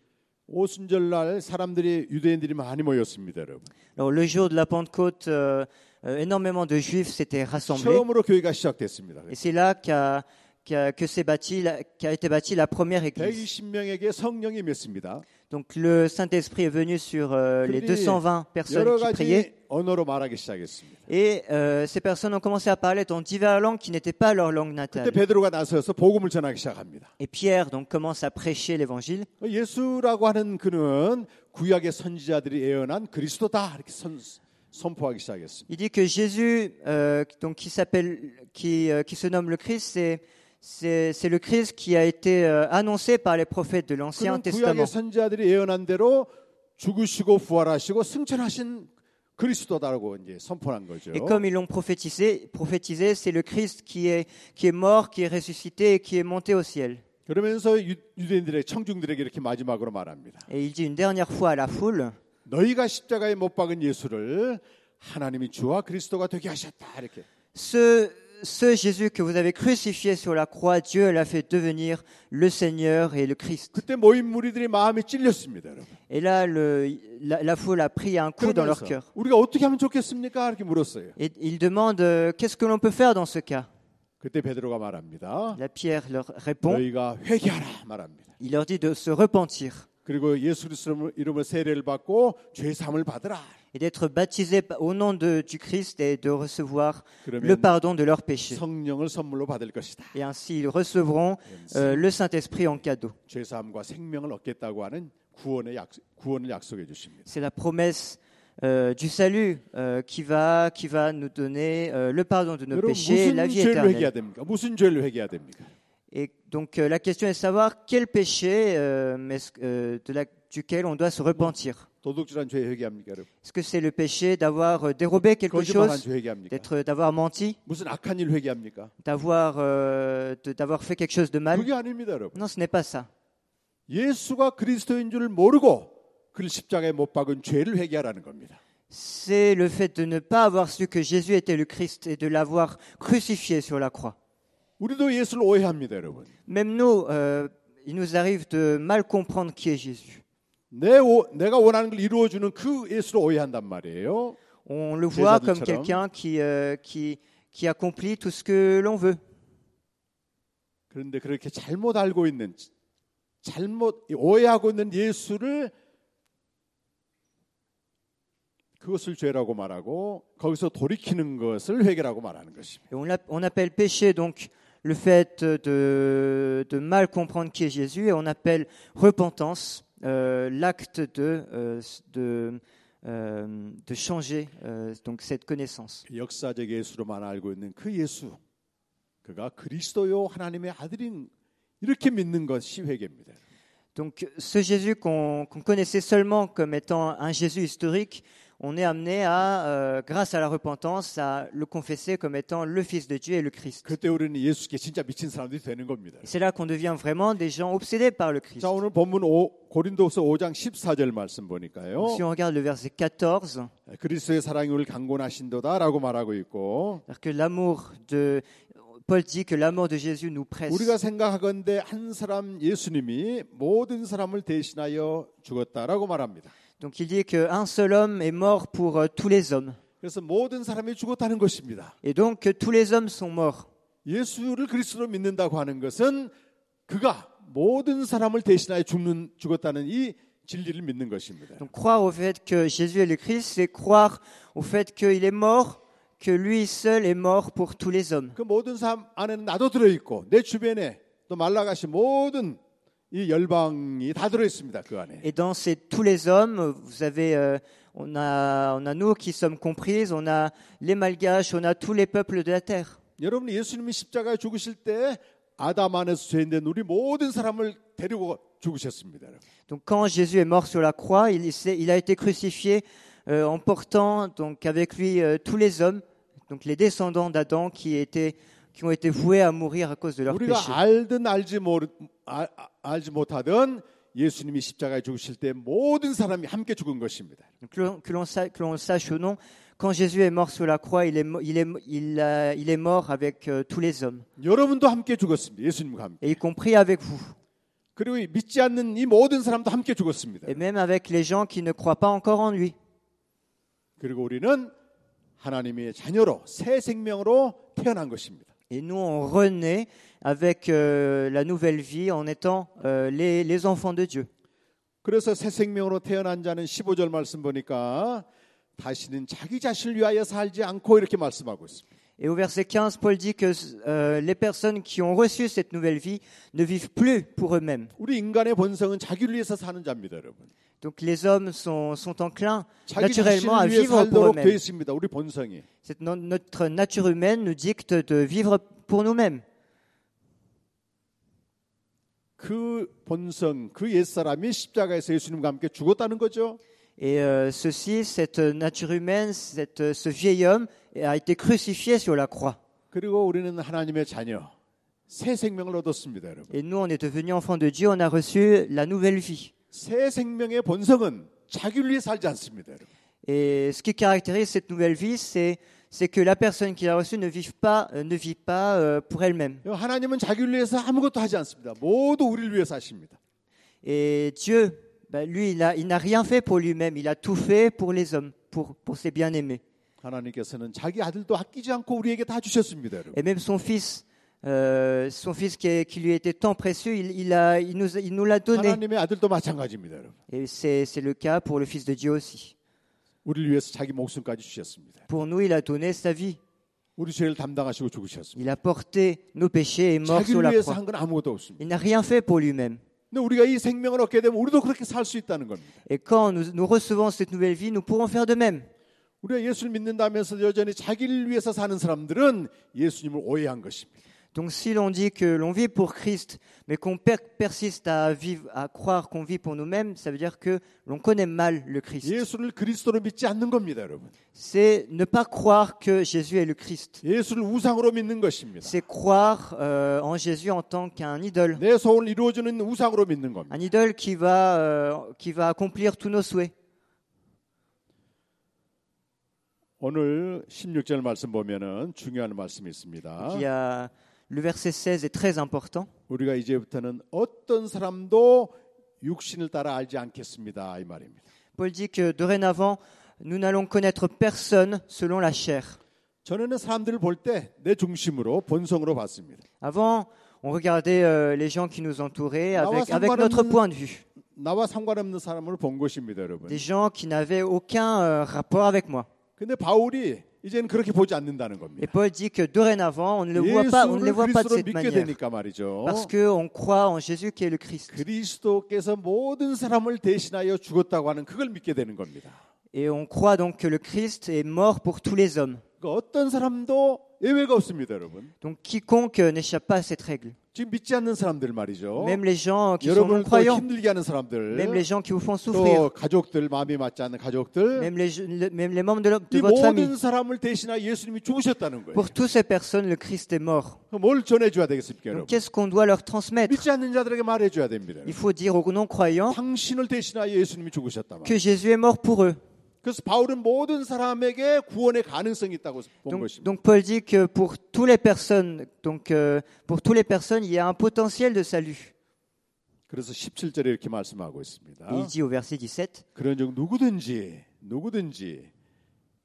[SPEAKER 1] 오순절날 사람들이 유대인들이 많이 모였습니다, 여러분.
[SPEAKER 2] Alors, le jour de la Pentecôte, euh, euh, énormément de Juifs s'étaient rassemblés.
[SPEAKER 1] 처음으로 교회가 시작됐습니다.
[SPEAKER 2] Et c'est là qu'a qu'a- que s'est bâtie la- qu'a été bâtie la première église.
[SPEAKER 1] 120명에게 성령이 맺습니다.
[SPEAKER 2] Donc, le Saint-Esprit est venu sur euh, les
[SPEAKER 1] Priez.
[SPEAKER 2] 220 personnes
[SPEAKER 1] 여러
[SPEAKER 2] qui priaient.
[SPEAKER 1] 가지 언어로 말하기 시작했습니다.
[SPEAKER 2] Et euh, ces personnes ont commencé à parler dans divers langues qui n'étaient pas leur langue
[SPEAKER 1] 그때
[SPEAKER 2] natale.
[SPEAKER 1] 베드로가 나서서 복음을 전하기 시작합니다.
[SPEAKER 2] Et Pierre, donc, commence à prêcher l'évangile.
[SPEAKER 1] 예수라고 하는 그는 구약의 선지자들이 예언한 그리스도다 이렇게 선, 선포하기 시작했습니다.
[SPEAKER 2] Il dit que Jésus, euh, donc qui s'appelle, qui, euh, qui se nomme le Christ, c'est c'est c'est le Christ qui a été euh, annoncé par les prophètes de l'Ancien
[SPEAKER 1] 그는 구약의
[SPEAKER 2] Testament.
[SPEAKER 1] 선지자들이 예언한 대로 죽으시고 부활하시고 승천하신 그리스도다라고 이제 선포한 거죠.
[SPEAKER 2] Et comme ils l'ont prophétisé, prophétisé, c'est le Christ qui est qui est mort, qui est ressuscité et qui est monté au ciel.
[SPEAKER 1] 그러면서 유- 유대인들의 청중들에게 이렇게 마지막으로 말합니다.
[SPEAKER 2] Et il dit une dernière fois à la foule
[SPEAKER 1] 너희가 십자가에 못 박은 예수를 하나님이 주와 그리스도가 되게 하셨다 이렇게.
[SPEAKER 2] ce ce Jésus que vous avez crucifié sur la croix, Dieu l'a fait devenir le Seigneur et le Christ.
[SPEAKER 1] 그때 모인 무리들이 마음이 찔렸습니다, 여러분.
[SPEAKER 2] Et là, le, la, la foule a pris un coup dans leur
[SPEAKER 1] 그러면서
[SPEAKER 2] cœur.
[SPEAKER 1] 우리가 어떻게 하면 좋겠습니까? 이렇게 물었어요.
[SPEAKER 2] Et ils demandent euh, qu'est-ce que l'on peut faire dans ce cas
[SPEAKER 1] 그때 베드로가 말합니다.
[SPEAKER 2] La pierre leur répond,
[SPEAKER 1] 너희가 회개하라 말합니다.
[SPEAKER 2] il leur dit de se repentir
[SPEAKER 1] 그리고 예수 그리스도 이름으로 세례를 받고 죄 사함을 받으라.
[SPEAKER 2] et d'être baptisés au nom de- du Christ et de recevoir le
[SPEAKER 1] 그러면
[SPEAKER 2] pardon de leurs péchés.
[SPEAKER 1] 성령을 선물로 받을 것이다.
[SPEAKER 2] Et ainsi, ils recevront euh, le Saint-Esprit en cadeau.
[SPEAKER 1] 죄 사함과 생명을 얻겠다고 하는 구원의 약 구원을 약속해 주십니다.
[SPEAKER 2] C'est la promesse euh, du salut euh, qui, va, qui va nous donner euh, le pardon de nos
[SPEAKER 1] 여러분
[SPEAKER 2] péchés et la
[SPEAKER 1] 무슨
[SPEAKER 2] vie
[SPEAKER 1] 죄를 회개해야
[SPEAKER 2] éternelle.
[SPEAKER 1] 됩니까? 무슨 죄를 회개해야 됩니까?
[SPEAKER 2] Et donc, euh, la question est de savoir quel péché euh, est-ce- euh, de la- duquel on doit se repentir.
[SPEAKER 1] 도둑질한 죄 회개합니까, 여러분?
[SPEAKER 2] Est-ce que c'est le péché d'avoir euh, dérobé quelque
[SPEAKER 1] 거짓말한
[SPEAKER 2] chose,
[SPEAKER 1] 죄 회개합니까?
[SPEAKER 2] d'être, euh, d'avoir menti
[SPEAKER 1] 무슨 악한 일 회개합니까?
[SPEAKER 2] d'avoir euh, de- d'avoir fait quelque chose de mal.
[SPEAKER 1] 그게 아닙니다, 여러분.
[SPEAKER 2] Non, ce n'est pas ça.
[SPEAKER 1] 예수가 그리스도인 줄 모르고 그를 십자가에 못 박은 죄를 회개하라는 겁니다.
[SPEAKER 2] C'est le fait de ne pas avoir su que Jésus était le Christ et de l'avoir crucifié sur la croix.
[SPEAKER 1] 우리도 예수를 오해합니다, 여러분.
[SPEAKER 2] Même nous, euh, il nous arrive de mal comprendre qui est Jésus.
[SPEAKER 1] 내 오- 내가 원하는 걸 이루어 주는 그 예수로 오해한단 말이에요.
[SPEAKER 2] On le voit comme
[SPEAKER 1] Jésus-Christ.
[SPEAKER 2] quelqu'un qui, euh, qui, qui accomplit tout ce que l'on veut.
[SPEAKER 1] 그런데 그렇게 잘못 알고 있는 잘못 오해하고 있는 예수를 그것을 죄라고 말하고 거기서 돌이키는 것을 회개라고 말하는 것입니다.
[SPEAKER 2] Et on, l'app- on appelle péché donc le fait de, de mal comprendre qui est Jésus et on appelle repentance euh, l'acte de, euh, de, euh, de changer euh, donc cette connaissance.
[SPEAKER 1] 그 역사적 예수로만 알고 있는 그 예수 그가 그리스도요 하나님의 아들인 이렇게 믿는 것이 회개입니다.
[SPEAKER 2] Donc ce Jésus qu'on qu'on connaissait seulement comme étant un Jésus historique, on est amené à, euh, grâce à la repentance, à le confesser comme étant le Fils de Dieu et le Christ.
[SPEAKER 1] 그때 우리는 예수께 진짜 미친 사람들이 되는 겁니다.
[SPEAKER 2] Et C'est là qu'on devient vraiment des gens obsédés par le Christ.
[SPEAKER 1] 자 오늘 본문 오- 고린도후서 5장 14절 말씀 보니까요.
[SPEAKER 2] Si on regarde le verset 14,
[SPEAKER 1] 그리스도의 사랑이 우리를 강권하신도다라고 말하고 있고
[SPEAKER 2] Alors que l'amour de Paul dit que l'amour de Jésus nous presse.
[SPEAKER 1] 우리가 생각하건대 한 사람 예수님이 모든 사람을 대신하여 죽었다라고 말합니다.
[SPEAKER 2] Donc il dit qu'un seul homme est mort pour euh, tous les hommes.
[SPEAKER 1] 그래서 모든 사람이 죽었다는 것입니다.
[SPEAKER 2] Et donc que tous les hommes sont morts.
[SPEAKER 1] 예수를 그리스도로 믿는다고 하는 것은 그가 모든 사람을 대신하여 죽는 죽었다는 이 진리를 믿는 것입니다.
[SPEAKER 2] Donc croire au fait que Jésus est le Christ, c'est croire au fait qu'il est mort, que lui seul est mort pour tous les hommes.
[SPEAKER 1] 그 모든 사람 안에는 나도 들어 있고 내 주변에 또 말라가시 모든 이 열방이 다 들어 있습니다. 그 안에.
[SPEAKER 2] Et dans ces tous les hommes, vous avez, euh, on, a, on a nous qui sommes comprises, on a les Malgaches, on a tous les peuples de la terre.
[SPEAKER 1] 여러분 예수님이 십자가에 죽으실 때 아담 안에서 죄인된 우리 모든 사람을 데리고 죽으셨습니다. 여러분.
[SPEAKER 2] Donc quand Jésus est mort sur la croix, il, s'est- il a été crucifié euh, en portant donc avec lui euh, tous les hommes, donc les descendants d'Adam qui étaient qui ont été voués à mourir à cause de leur péché.
[SPEAKER 1] 우리가 알든 알지 모르 아- 아- 알지 못하든 예수님이 십자가에 죽으실 때 모든 사람이 함께 죽은 것입니다.
[SPEAKER 2] Donc, que l'on- que l'on sa- que l'on le sache ou non, quand Jésus est mort sur la croix, il est mo- il est il a- il est mort avec euh, tous les hommes
[SPEAKER 1] 여러분도 함께 죽었습니다. 예수님과 함께.
[SPEAKER 2] et y compris avec vous
[SPEAKER 1] 그리고 이 믿지 않는 이 모든 사람도 함께 죽었습니다.
[SPEAKER 2] et même avec les gens qui ne croient pas encore en lui.
[SPEAKER 1] 그리고 우리는 하나님의 자녀로 새 생명으로 태어난 것입니다.
[SPEAKER 2] Et nous on renaît avec euh, la nouvelle vie en étant euh, les- les enfants de Dieu.
[SPEAKER 1] 그래서 새 생명으로 태어난 자는 15절 말씀 보니까 다시는 자기 자신을 위하여 살지 않고 이렇게 말씀하고 있습니다.
[SPEAKER 2] Et au verset 15, Paul dit que euh, les personnes qui ont reçu cette nouvelle vie ne vivent plus pour eux-mêmes.
[SPEAKER 1] 우리 인간의 본성은 자기를 위해서 사는 자입니다, 여러분.
[SPEAKER 2] Donc les hommes sont, sont enclins
[SPEAKER 1] 자기
[SPEAKER 2] naturellement à
[SPEAKER 1] 자신을 위해
[SPEAKER 2] vivre pour
[SPEAKER 1] 살도록 되어
[SPEAKER 2] eux-mêmes.
[SPEAKER 1] 있습니다. 우리 본성이.
[SPEAKER 2] Cette- no- notre nature humaine nous dicte de vivre pour nous-mêmes.
[SPEAKER 1] 그 본성, 그 옛사람이 십자가에서 예수님과 함께 죽었다는 거죠.
[SPEAKER 2] Et euh, ceci, cette nature humaine, cette- ce vieil homme a été crucifié sur la croix.
[SPEAKER 1] 그리고 우리는 하나님의 자녀, 새 생명을 얻었습니다, 여러분.
[SPEAKER 2] Et nous, on est devenus enfants de Dieu, on a reçu la nouvelle vie.
[SPEAKER 1] 새 생명의 본성은 자기를 위해 살지 않습니다, 여러분.
[SPEAKER 2] Et ce qui caractérise cette nouvelle vie, c'est c'est que la personne qui l'a reçue ne, vive pas, euh, ne vit pas euh, pour elle-même.
[SPEAKER 1] 하나님은 자기를 위해서 아무것도 하지 않습니다. 모두 우리를 위해서 하십니다.
[SPEAKER 2] Et Dieu, ben, lui, il a- il n'a rien fait pour lui-même, il a tout fait pour les hommes, pour, pour ses bien-aimés.
[SPEAKER 1] 하나님께서는 자기 아들도 아끼지 않고 우리에게 다 주셨습니다, 여러분.
[SPEAKER 2] Et même son fils, euh, son fils qui, est- qui lui était tant précieux, il, il a- il nous, il nous l'a donné.
[SPEAKER 1] 하나님의 아들도 마찬가지입니다, 여러분.
[SPEAKER 2] Et c'est c'est le cas pour le Fils de Dieu aussi.
[SPEAKER 1] 우리를 위해서 자기 목숨까지 주셨습니다.
[SPEAKER 2] Pour nous, il a donné sa vie.
[SPEAKER 1] 우리 죄를 담당하시고 죽으셨습니다.
[SPEAKER 2] Il a porté nos péchés et est mort sur
[SPEAKER 1] 자기를
[SPEAKER 2] la
[SPEAKER 1] 위해서
[SPEAKER 2] croix.
[SPEAKER 1] 한 건 아무것도 없습니다.
[SPEAKER 2] Il n'a rien fait pour lui-même.
[SPEAKER 1] 근데 우리가 이 생명을 얻게 되면 우리도 그렇게 살 수 있다는 겁니다.
[SPEAKER 2] Et quand nous, nous recevons cette nouvelle vie, nous pourrons faire de même.
[SPEAKER 1] 우리가 예수를 믿는다면서 여전히 자기를 위해서 사는 사람들은 예수님을 오해한 것입니다.
[SPEAKER 2] Donc si l'on dit que l'on vit pour Christ, mais qu'on per- persiste à vivre, à croire qu'on vit pour nous-mêmes, ça veut dire que l'on connaît mal le Christ.
[SPEAKER 1] 예수를 그리스도로 믿지 않는 겁니다, 여러분.
[SPEAKER 2] C'est ne pas croire que Jésus est le Christ.
[SPEAKER 1] 예수를 우상으로 믿는 것입니다.
[SPEAKER 2] C'est croire euh, en Jésus en tant qu'un idole.
[SPEAKER 1] 내 소원을 이루어주는 우상으로 믿는 겁니다.
[SPEAKER 2] Un idole qui va, euh, qui va accomplir tous nos souhaits.
[SPEAKER 1] 오늘 16절 말씀 보면은 중요한 말씀이
[SPEAKER 2] Il y
[SPEAKER 1] 있습니다.
[SPEAKER 2] a- le verset 16 est très important.
[SPEAKER 1] 우리가 이제부터는 어떤 사람도 육신을 따라 알지 않겠습니다. 이 말입니다.
[SPEAKER 2] Paul dit que dorénavant, nous n'allons connaître personne selon la chair.
[SPEAKER 1] 전에는 사람들을 볼 때 내 중심으로 본성으로 봤습니다.
[SPEAKER 2] Avant, on regardait euh, les gens qui nous entouraient avec, avec notre point de vue.
[SPEAKER 1] 나와 상관없는 사람을 본 것입니다, 여러분.
[SPEAKER 2] Des gens qui n'avaient aucun euh, rapport avec moi.
[SPEAKER 1] 근데 바울이 이제는 그렇게 보지 않는다는
[SPEAKER 2] Et
[SPEAKER 1] 겁니다.
[SPEAKER 2] Paul dit que dorénavant,
[SPEAKER 1] 네,
[SPEAKER 2] on ne, le voit pas, on ne les
[SPEAKER 1] 예수를
[SPEAKER 2] voit pas de
[SPEAKER 1] 그리스도로 믿게
[SPEAKER 2] cette manière.
[SPEAKER 1] 되니까 말이죠.
[SPEAKER 2] Parce qu'on croit en Jésus qui est le Christ.
[SPEAKER 1] 그리스도께서 모든 사람을 대신하여 죽었다고 하는 그걸 믿게 되는 겁니다.
[SPEAKER 2] Et on croit donc que le Christ est mort pour tous les hommes.
[SPEAKER 1] 그러니까 어떤 사람도 예외가 없습니다, 여러분.
[SPEAKER 2] Donc quiconque euh, n'échappe pas à cette règle.
[SPEAKER 1] 지금 믿지 않는 사람들 말이죠.
[SPEAKER 2] Même les gens qui sont
[SPEAKER 1] 여러분을 또
[SPEAKER 2] non-croyants,
[SPEAKER 1] 힘들게 하는 사람들,
[SPEAKER 2] même les gens qui vous font
[SPEAKER 1] 또
[SPEAKER 2] souffrir,
[SPEAKER 1] 가족들 마음이 맞지 않는 가족들,
[SPEAKER 2] même les, je- le- même les membres de, lo- de
[SPEAKER 1] 이 뭐-
[SPEAKER 2] votre famille.
[SPEAKER 1] 모든 사람을 대신하여 예수님이 죽으셨다는 거예요.
[SPEAKER 2] Pour toutes ces personnes, le Christ est mort.
[SPEAKER 1] 그럼 뭘 전해줘야 되겠습니까, 여러분?
[SPEAKER 2] Donc qu'est-ce qu'on doit leur transmettre
[SPEAKER 1] 믿지 않는 자들에게 말해줘야 됩니다.
[SPEAKER 2] Il faut dire aux non-croyants
[SPEAKER 1] 당신을 대신하여 예수님이 죽으셨다. 말이에요.
[SPEAKER 2] que Jésus est mort pour eux.
[SPEAKER 1] 그래서 바울은 모든 사람에게 구원의 가능성이 있다고 본
[SPEAKER 2] Donc,
[SPEAKER 1] 것입니다.
[SPEAKER 2] donc Paul dit que pour toutes les personnes, donc euh, pour toutes les personnes, il y a un potentiel de salut.
[SPEAKER 1] 그래서 17절에 이렇게 말씀하고 있습니다.
[SPEAKER 2] Et il dit au verset 17
[SPEAKER 1] 그런즉 누구든지 누구든지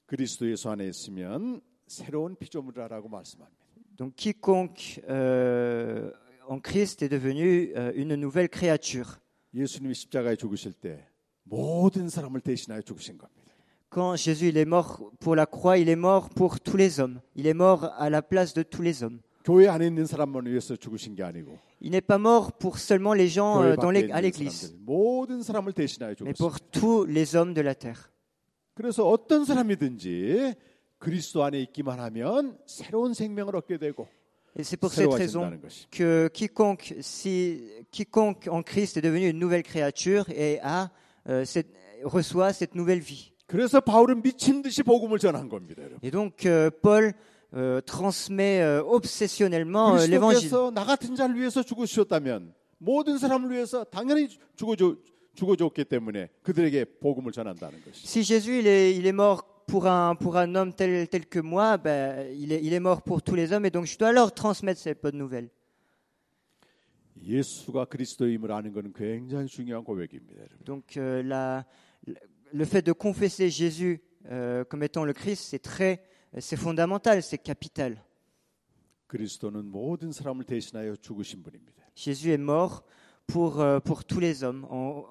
[SPEAKER 1] 그리스도 예수 안에 있으면 새로운 피조물이라고 말씀합니다.
[SPEAKER 2] donc quiconque euh, en Christ est devenu euh, une nouvelle créature.
[SPEAKER 1] 예수님이 십자가에 죽으실 때 모든 사람을 대신하여 죽으신 겁니다.
[SPEAKER 2] Quand Jésus il est mort pour la croix, il est mort pour tous les hommes. Il est mort à la place de tous les hommes.
[SPEAKER 1] 교회 안에 있는 사람만 위해서 죽으신 게 아니고
[SPEAKER 2] Il n'est pas mort pour seulement les gens
[SPEAKER 1] 교회
[SPEAKER 2] euh, dans
[SPEAKER 1] 밖에
[SPEAKER 2] l'ég- à
[SPEAKER 1] 있는
[SPEAKER 2] l'Église,
[SPEAKER 1] 사람들 모든 사람을 대신하여 죽으신
[SPEAKER 2] mais pour tous les hommes de la terre.
[SPEAKER 1] 그래서 어떤 사람이든지 그리스도 안에 있기만 하면 새로운 생명을 얻게 되고
[SPEAKER 2] Et c'est pour cette raison
[SPEAKER 1] 새로워진다는 것이.
[SPEAKER 2] que quiconque, si, quiconque en Christ est devenu une nouvelle créature et a, euh, cette- reçoit cette nouvelle vie.
[SPEAKER 1] 그래서 바울은 미친 듯이 복음을 전한 겁니다. 여러분.
[SPEAKER 2] Et donc euh, Paul euh, transmet euh, obsessionnellement euh, l'évangile.
[SPEAKER 1] 그리스도께서 나 같은 자를 위해서 죽으셨다면 모든 사람을 위해서 당연히 죽어줘 죽어줬기 때문에 그들에게 복음을 전한다는 것이.
[SPEAKER 2] Si Jésus il est, il est mort pour un, pour un homme tel, tel que moi, ben, il, est, il est mort pour tous les hommes et donc je dois leur transmettre cette bonne nouvelle.
[SPEAKER 1] 예수가 그리스도임을 아는 것은 굉장히 중요한 고백입니다. 여러분.
[SPEAKER 2] Donc euh, la- le fait de confesser Jésus euh, comme étant le Christ, c'est très, c'est fondamental, c'est capital.
[SPEAKER 1] 그리스도는 모든 사람을 대신하여 죽으신 분입니다.
[SPEAKER 2] Jésus est mort pour, euh, pour tous les hommes, en,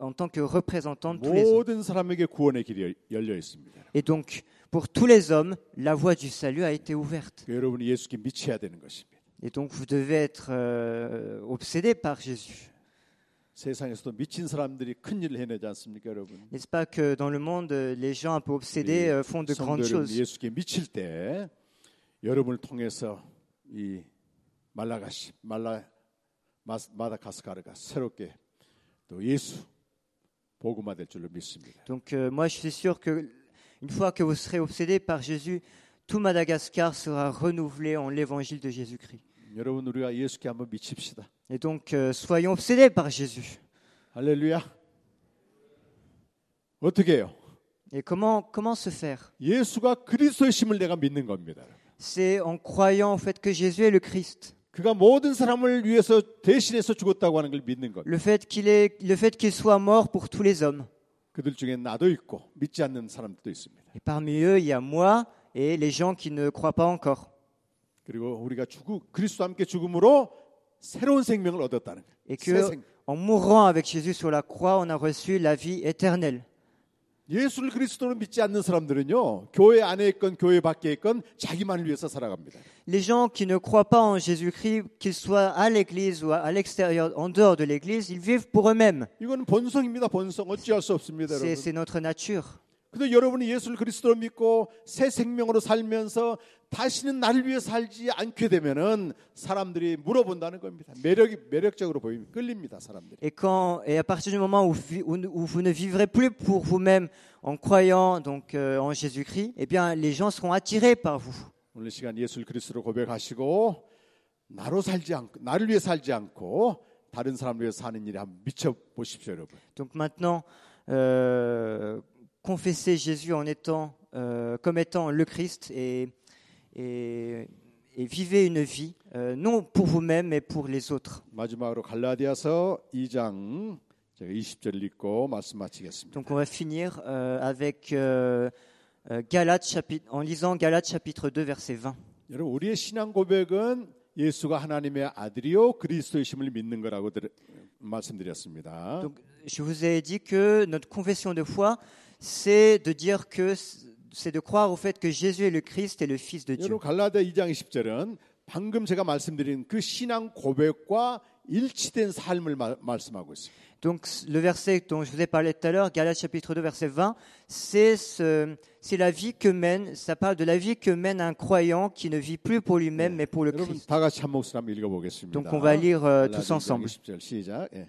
[SPEAKER 2] en tant que représentant de tous les hommes.
[SPEAKER 1] 모든 사람에게 구원의 길이 열- 열려 있습니다.
[SPEAKER 2] Et donc, pour tous les hommes, la voie du salut a été ouverte.
[SPEAKER 1] 그 여러분이 예수께 미쳐야 되는 것입니다.
[SPEAKER 2] Et donc, vous devez être euh, obsédé par Jésus.
[SPEAKER 1] 세상에서도 미친 사람들이 큰 일을 해내지 않습니까, 여러분?
[SPEAKER 2] N'est-ce pas que dans le monde, euh, les gens un peu obsédés
[SPEAKER 1] Les
[SPEAKER 2] euh, font de grandes
[SPEAKER 1] 성도를
[SPEAKER 2] choses
[SPEAKER 1] 예수께 미칠 때 여러분을 통해서 이 말라가시 말라 마- 마다가스카르가 새롭게 또 예수 복음화 될 줄로 믿습니다.
[SPEAKER 2] Donc, euh, moi, je suis sûr que une fois que vous serez obsédé par Jésus, tout Madagascar sera renouvelé en l'évangile de Jésus-Christ.
[SPEAKER 1] 여러분 우리가 예수께 한번 미칩시다.
[SPEAKER 2] Et donc, euh, soyons obsédés par Jésus.
[SPEAKER 1] 할렐루야. 어떻게 해요?
[SPEAKER 2] Et comment, comment se faire
[SPEAKER 1] 예수가 그리스도의 심을 내가 믿는 겁니다.
[SPEAKER 2] C'est en croyant au fait que Jésus est le Christ.
[SPEAKER 1] 그가 모든 사람을 위해서 대신해서 죽었다고 하는 걸 믿는 겁니다.
[SPEAKER 2] Le fait qu'il est, le fait qu'il soit mort pour tous les hommes.
[SPEAKER 1] 그들 중에 나도 있고 믿지 않는 사람도 있습니다.
[SPEAKER 2] Et parmi eux, il y a moi et les gens qui ne croient pas encore.
[SPEAKER 1] 그리고 우리가 죽음 그리스도와 함께 죽음으로 새로운 생명을 얻었다는 거예요.
[SPEAKER 2] Et
[SPEAKER 1] 새
[SPEAKER 2] que,
[SPEAKER 1] 생-
[SPEAKER 2] en mourant avec Jésus sur la croix, on a reçu la vie éternelle.
[SPEAKER 1] 예수를 그리스도로 믿지 않는 사람들은요. 교회 안에 있건 교회 밖에 있건 자기만을 위해서 살아갑니다.
[SPEAKER 2] Les gens qui ne croient pas en Jésus-Christ, qu'ils soient à l'église ou à- à l'extérieur, en dehors de l'église, ils vivent pour eux-mêmes.
[SPEAKER 1] 이거는 본성입니다. 본성 어찌할 수 없습니다,
[SPEAKER 2] C'est,
[SPEAKER 1] 여러분.
[SPEAKER 2] c'est notre nature.
[SPEAKER 1] 근데 여러분이 예수를 그리스도로 믿고 새 생명으로 살면서 다시는 나를 위해 살지 않게 되면은 사람들이 물어본다는 겁니다. 매력이 매력적으로 보입니다. 끌립니다, 사람들이.
[SPEAKER 2] Et quand et à partir du moment où, vi- où ne- où vous ne vivrez plus pour vous-même en croyant donc euh, en Jésus-Christ, eh bien les gens seront attirés par vous.
[SPEAKER 1] 오늘 이 시간 예수를 그리스도로 고백하시고 나로 살지 않고 나를 위해 살지 않고 다른 사람을 위해 사는 일에 한번 미쳐 보십시오, 여러분.
[SPEAKER 2] Donc maintenant, euh, confessez Jésus en étant euh, comme étant le Christ et et, et vivez une vie euh, non pour vous-même mais pour les autres.
[SPEAKER 1] 마지막으로 갈라디아서 2장 제가 20절을 읽고 말씀 마치겠습니다.
[SPEAKER 2] Donc on va finir euh, avec euh, euh, Galates chapitre, en lisant Galates chapitre 2 verset 20.
[SPEAKER 1] 여러분 우리의 신앙 고백은 예수가 하나님의 아들이요 그리스도이심을 믿는 거라고 들- 말씀드렸습니다.
[SPEAKER 2] Donc je vous ai dit que notre confession de foi, c'est de dire que c'est de croire au fait que Jésus est le Christ et le Fils de Dieu.
[SPEAKER 1] 여러분 갈라디아 2장 20절은 방금 제가 말씀드린 그 신앙 고백과 일치된 삶을 마- 말씀하고 있습니다.
[SPEAKER 2] Donc le verset dont je vous ai parlé tout à l'heure, Galates chapitre 2 verset 20, c'est ce- c'est la vie que mène, ça parle de la vie que mène un croyant qui ne vit plus pour lui-même mais pour le
[SPEAKER 1] 여러분
[SPEAKER 2] Christ.
[SPEAKER 1] 다 같이 한 목소리 한번 읽어보겠습니다.
[SPEAKER 2] Donc on va lire euh,
[SPEAKER 1] 갈라디아
[SPEAKER 2] tous
[SPEAKER 1] 2장
[SPEAKER 2] ensemble.
[SPEAKER 1] 20절 시작. 예.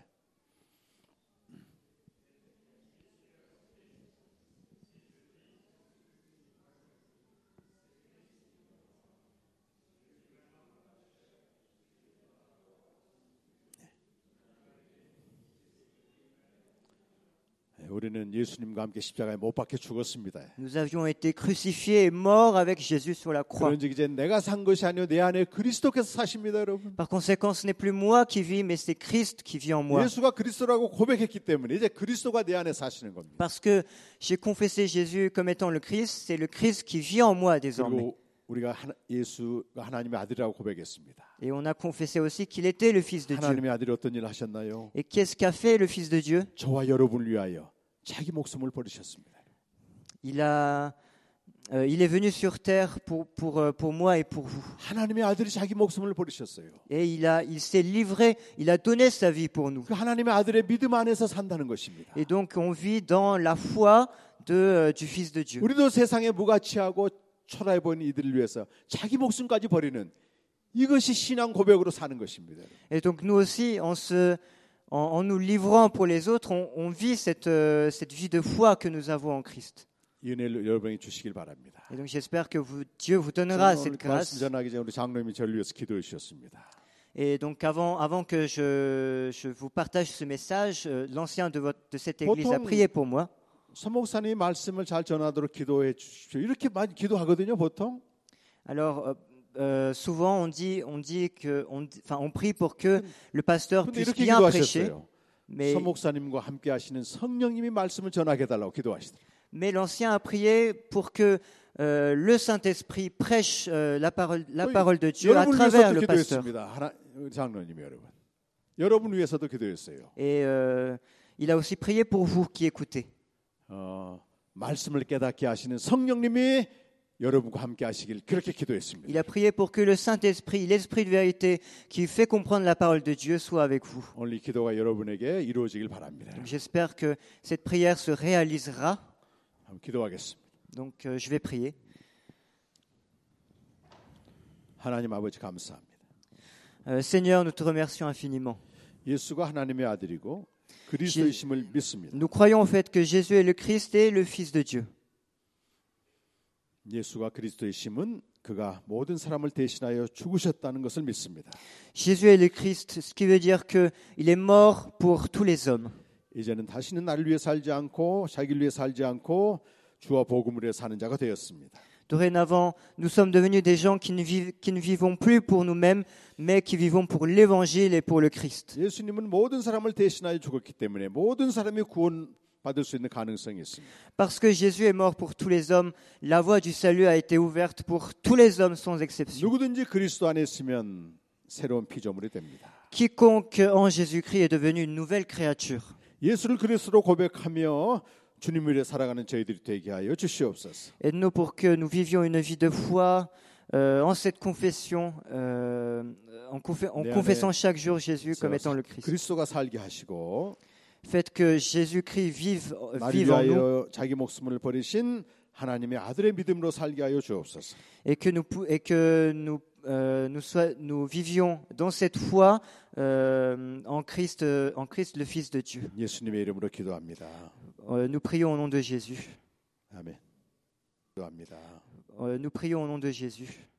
[SPEAKER 1] 예, 우리는 예수님과 함께 십자가에 못 박혀 죽었습니다.
[SPEAKER 2] Nous avions été crucifiés et morts avec Jésus sur la croix.
[SPEAKER 1] 그런즉 이제 내가 산 것이 아니요 내 안에 그리스도께서 사십니다, 여러분.
[SPEAKER 2] Par conséquent, ce n'est plus moi qui vis, mais c'est Christ qui vit en moi.
[SPEAKER 1] 예수가 그리스도라고 고백했기 때문에 이제 그리스도가 내 안에 사시는 겁니다.
[SPEAKER 2] Parce que j'ai confessé Jésus comme étant le Christ, c'est le Christ qui vit en moi désormais.
[SPEAKER 1] 그리고 우리가 하나- 예수가 하나님의 아들이라고 고백했습니다.
[SPEAKER 2] Et on a confessé aussi qu'il était le Fils de Dieu.
[SPEAKER 1] 하나님의 아들이 어떤 일을 하셨나요?
[SPEAKER 2] Et qu'est-ce qu'a fait le Fils de Dieu
[SPEAKER 1] 저와 여러분을 위하여 자기 목숨을 버리셨습니다.
[SPEAKER 2] il, a, euh, il est venu sur terre pour, pour, euh, pour moi et pour vous.
[SPEAKER 1] 하나님의 아들이 자기 목숨을 버리셨어요.
[SPEAKER 2] Et il, a, il s'est livré, il a donné sa vie pour nous.
[SPEAKER 1] 그 하나님의 아들의 믿음 안에서 산다는 것입니다.
[SPEAKER 2] Et donc on vit dans la foi de, euh, du Fils de Dieu.
[SPEAKER 1] 우리도 세상에 무가치하고 초라해 보이는 이들을 위해서 자기 목숨까지 버리는 이것이 신앙 고백으로 사는 것입니다.
[SPEAKER 2] Et donc nous aussi, en, se- en- en nous livrant pour les autres, on, on vit cette, euh, cette vie de foi que nous avons en Christ.
[SPEAKER 1] 이 은혜를 여러분이 주시길 바랍니다.
[SPEAKER 2] Et donc j'espère que vous- Dieu vous donnera
[SPEAKER 1] 오늘
[SPEAKER 2] cette
[SPEAKER 1] 말씀
[SPEAKER 2] grâce.
[SPEAKER 1] 전하기 전에 우리 장로님이 저를 위해서 기도해 주셨습니다.
[SPEAKER 2] Et donc avant, avant que je, je vous partage ce message, euh, l'ancien de, votre- de cette église a
[SPEAKER 1] Pourtant-
[SPEAKER 2] prié pour moi.
[SPEAKER 1] 선목사님 말씀을 잘 전하도록 기도해 주십시오. 이렇게 많이 기도하거든요, 보통.
[SPEAKER 2] Alors euh, euh, souvent on dit, on dit que, on, dit- enfin on prie pour que le pasteur
[SPEAKER 1] 근데
[SPEAKER 2] puisse
[SPEAKER 1] 이렇게
[SPEAKER 2] bien prêcher.
[SPEAKER 1] 기도하셨어요.
[SPEAKER 2] Mais,
[SPEAKER 1] 선목사님과 함께 하시는 성령님이 말씀을 전하게 달라고 기도하시더라고요.
[SPEAKER 2] mais l'ancien a prié pour que euh, le Saint-Esprit prêche euh, la parole, la
[SPEAKER 1] Oui.
[SPEAKER 2] parole de Dieu à
[SPEAKER 1] 여러분
[SPEAKER 2] travers
[SPEAKER 1] 위해서도
[SPEAKER 2] le pasteur.
[SPEAKER 1] 기도했습니다. 하나 우리 장로님 여러분. 여러분 위해서도 기도했어요.
[SPEAKER 2] Et euh, il a aussi prié pour vous qui écoutez.
[SPEAKER 1] 어, 말씀을 깨닫게 하시는 성령님이 여러분과 함께 하시길 그렇게 기도했습니다.
[SPEAKER 2] Il a prié pour que le Saint-Esprit, l'Esprit de vérité qui fait comprendre la parole de Dieu soit avec vous.
[SPEAKER 1] 오늘 이 기도가 여러분에게 이루어지길 바랍니다.
[SPEAKER 2] Donc, J'espère que cette prière se réalisera.
[SPEAKER 1] 한번 기도하겠습니다.
[SPEAKER 2] Donc euh, je vais prier.
[SPEAKER 1] 하나님 아버지 감사합니다.
[SPEAKER 2] Euh, Seigneur, nous te remercions infiniment.
[SPEAKER 1] 예수가 하나님의 아들이고 그리스도이심을 믿습니다.
[SPEAKER 2] Nous croyons au fait que Jésus est le Christ et le Fils de Dieu.
[SPEAKER 1] 예수가 그리스도이심은 그가 모든 사람을 대신하여 죽으셨다는 것을 믿습니다.
[SPEAKER 2] Jésus est le Christ, ce qui veut dire que il est mort pour tous les hommes.
[SPEAKER 1] 이제는 다시는 나를 위해 살지 않고 자기를 위해 살지 않고 주와 복음을 위해 사는 자가 되었습니다.
[SPEAKER 2] Dorénavant, nous sommes devenus des gens qui ne, vivent- qui ne vivons plus pour nous-mêmes, mais qui vivons pour l'Évangile et pour le Christ.
[SPEAKER 1] 예수님은 모든 사람을 대신하여 죽었기 때문에 모든 사람이 구원받을 수 있는 가능성이 있습니다.
[SPEAKER 2] Parce que Jésus est mort pour tous les hommes, la voie du salut a été ouverte pour tous les hommes sans exception.
[SPEAKER 1] 누구든지 그리스도 안에 있으면 새로운 피조물이 됩니다.
[SPEAKER 2] Quiconque en Jésus-Christ est devenu une nouvelle créature.
[SPEAKER 1] 예수를 그리스도로 고백하며 주님을 위해 살아가는 저희들이 되게 하여 주시옵소서.
[SPEAKER 2] Aide-nous pour que nous vivions une vie de foi euh, en cette confession, euh, en, confé- en
[SPEAKER 1] Dernier.
[SPEAKER 2] confessant chaque jour Jésus comme étant le Christ.
[SPEAKER 1] 그리스도가 살게 하시고
[SPEAKER 2] Faites que Jésus-Christ vive,
[SPEAKER 1] 나를
[SPEAKER 2] vive en nous
[SPEAKER 1] 위하여 자기 목숨을 버리신 하나님의 아들의 믿음으로 살게 하여 주옵소서.
[SPEAKER 2] et que nous, pou- et que nous, euh, nous, sois- nous vivions dans cette foi euh, en, Christ, euh, en Christ le Fils de Dieu.
[SPEAKER 1] 예수님의 이름으로 기도합니다.
[SPEAKER 2] Euh, nous prions au nom de Jésus.
[SPEAKER 1] 아멘. 기도합니다.
[SPEAKER 2] Euh, nous prions au nom de Jésus.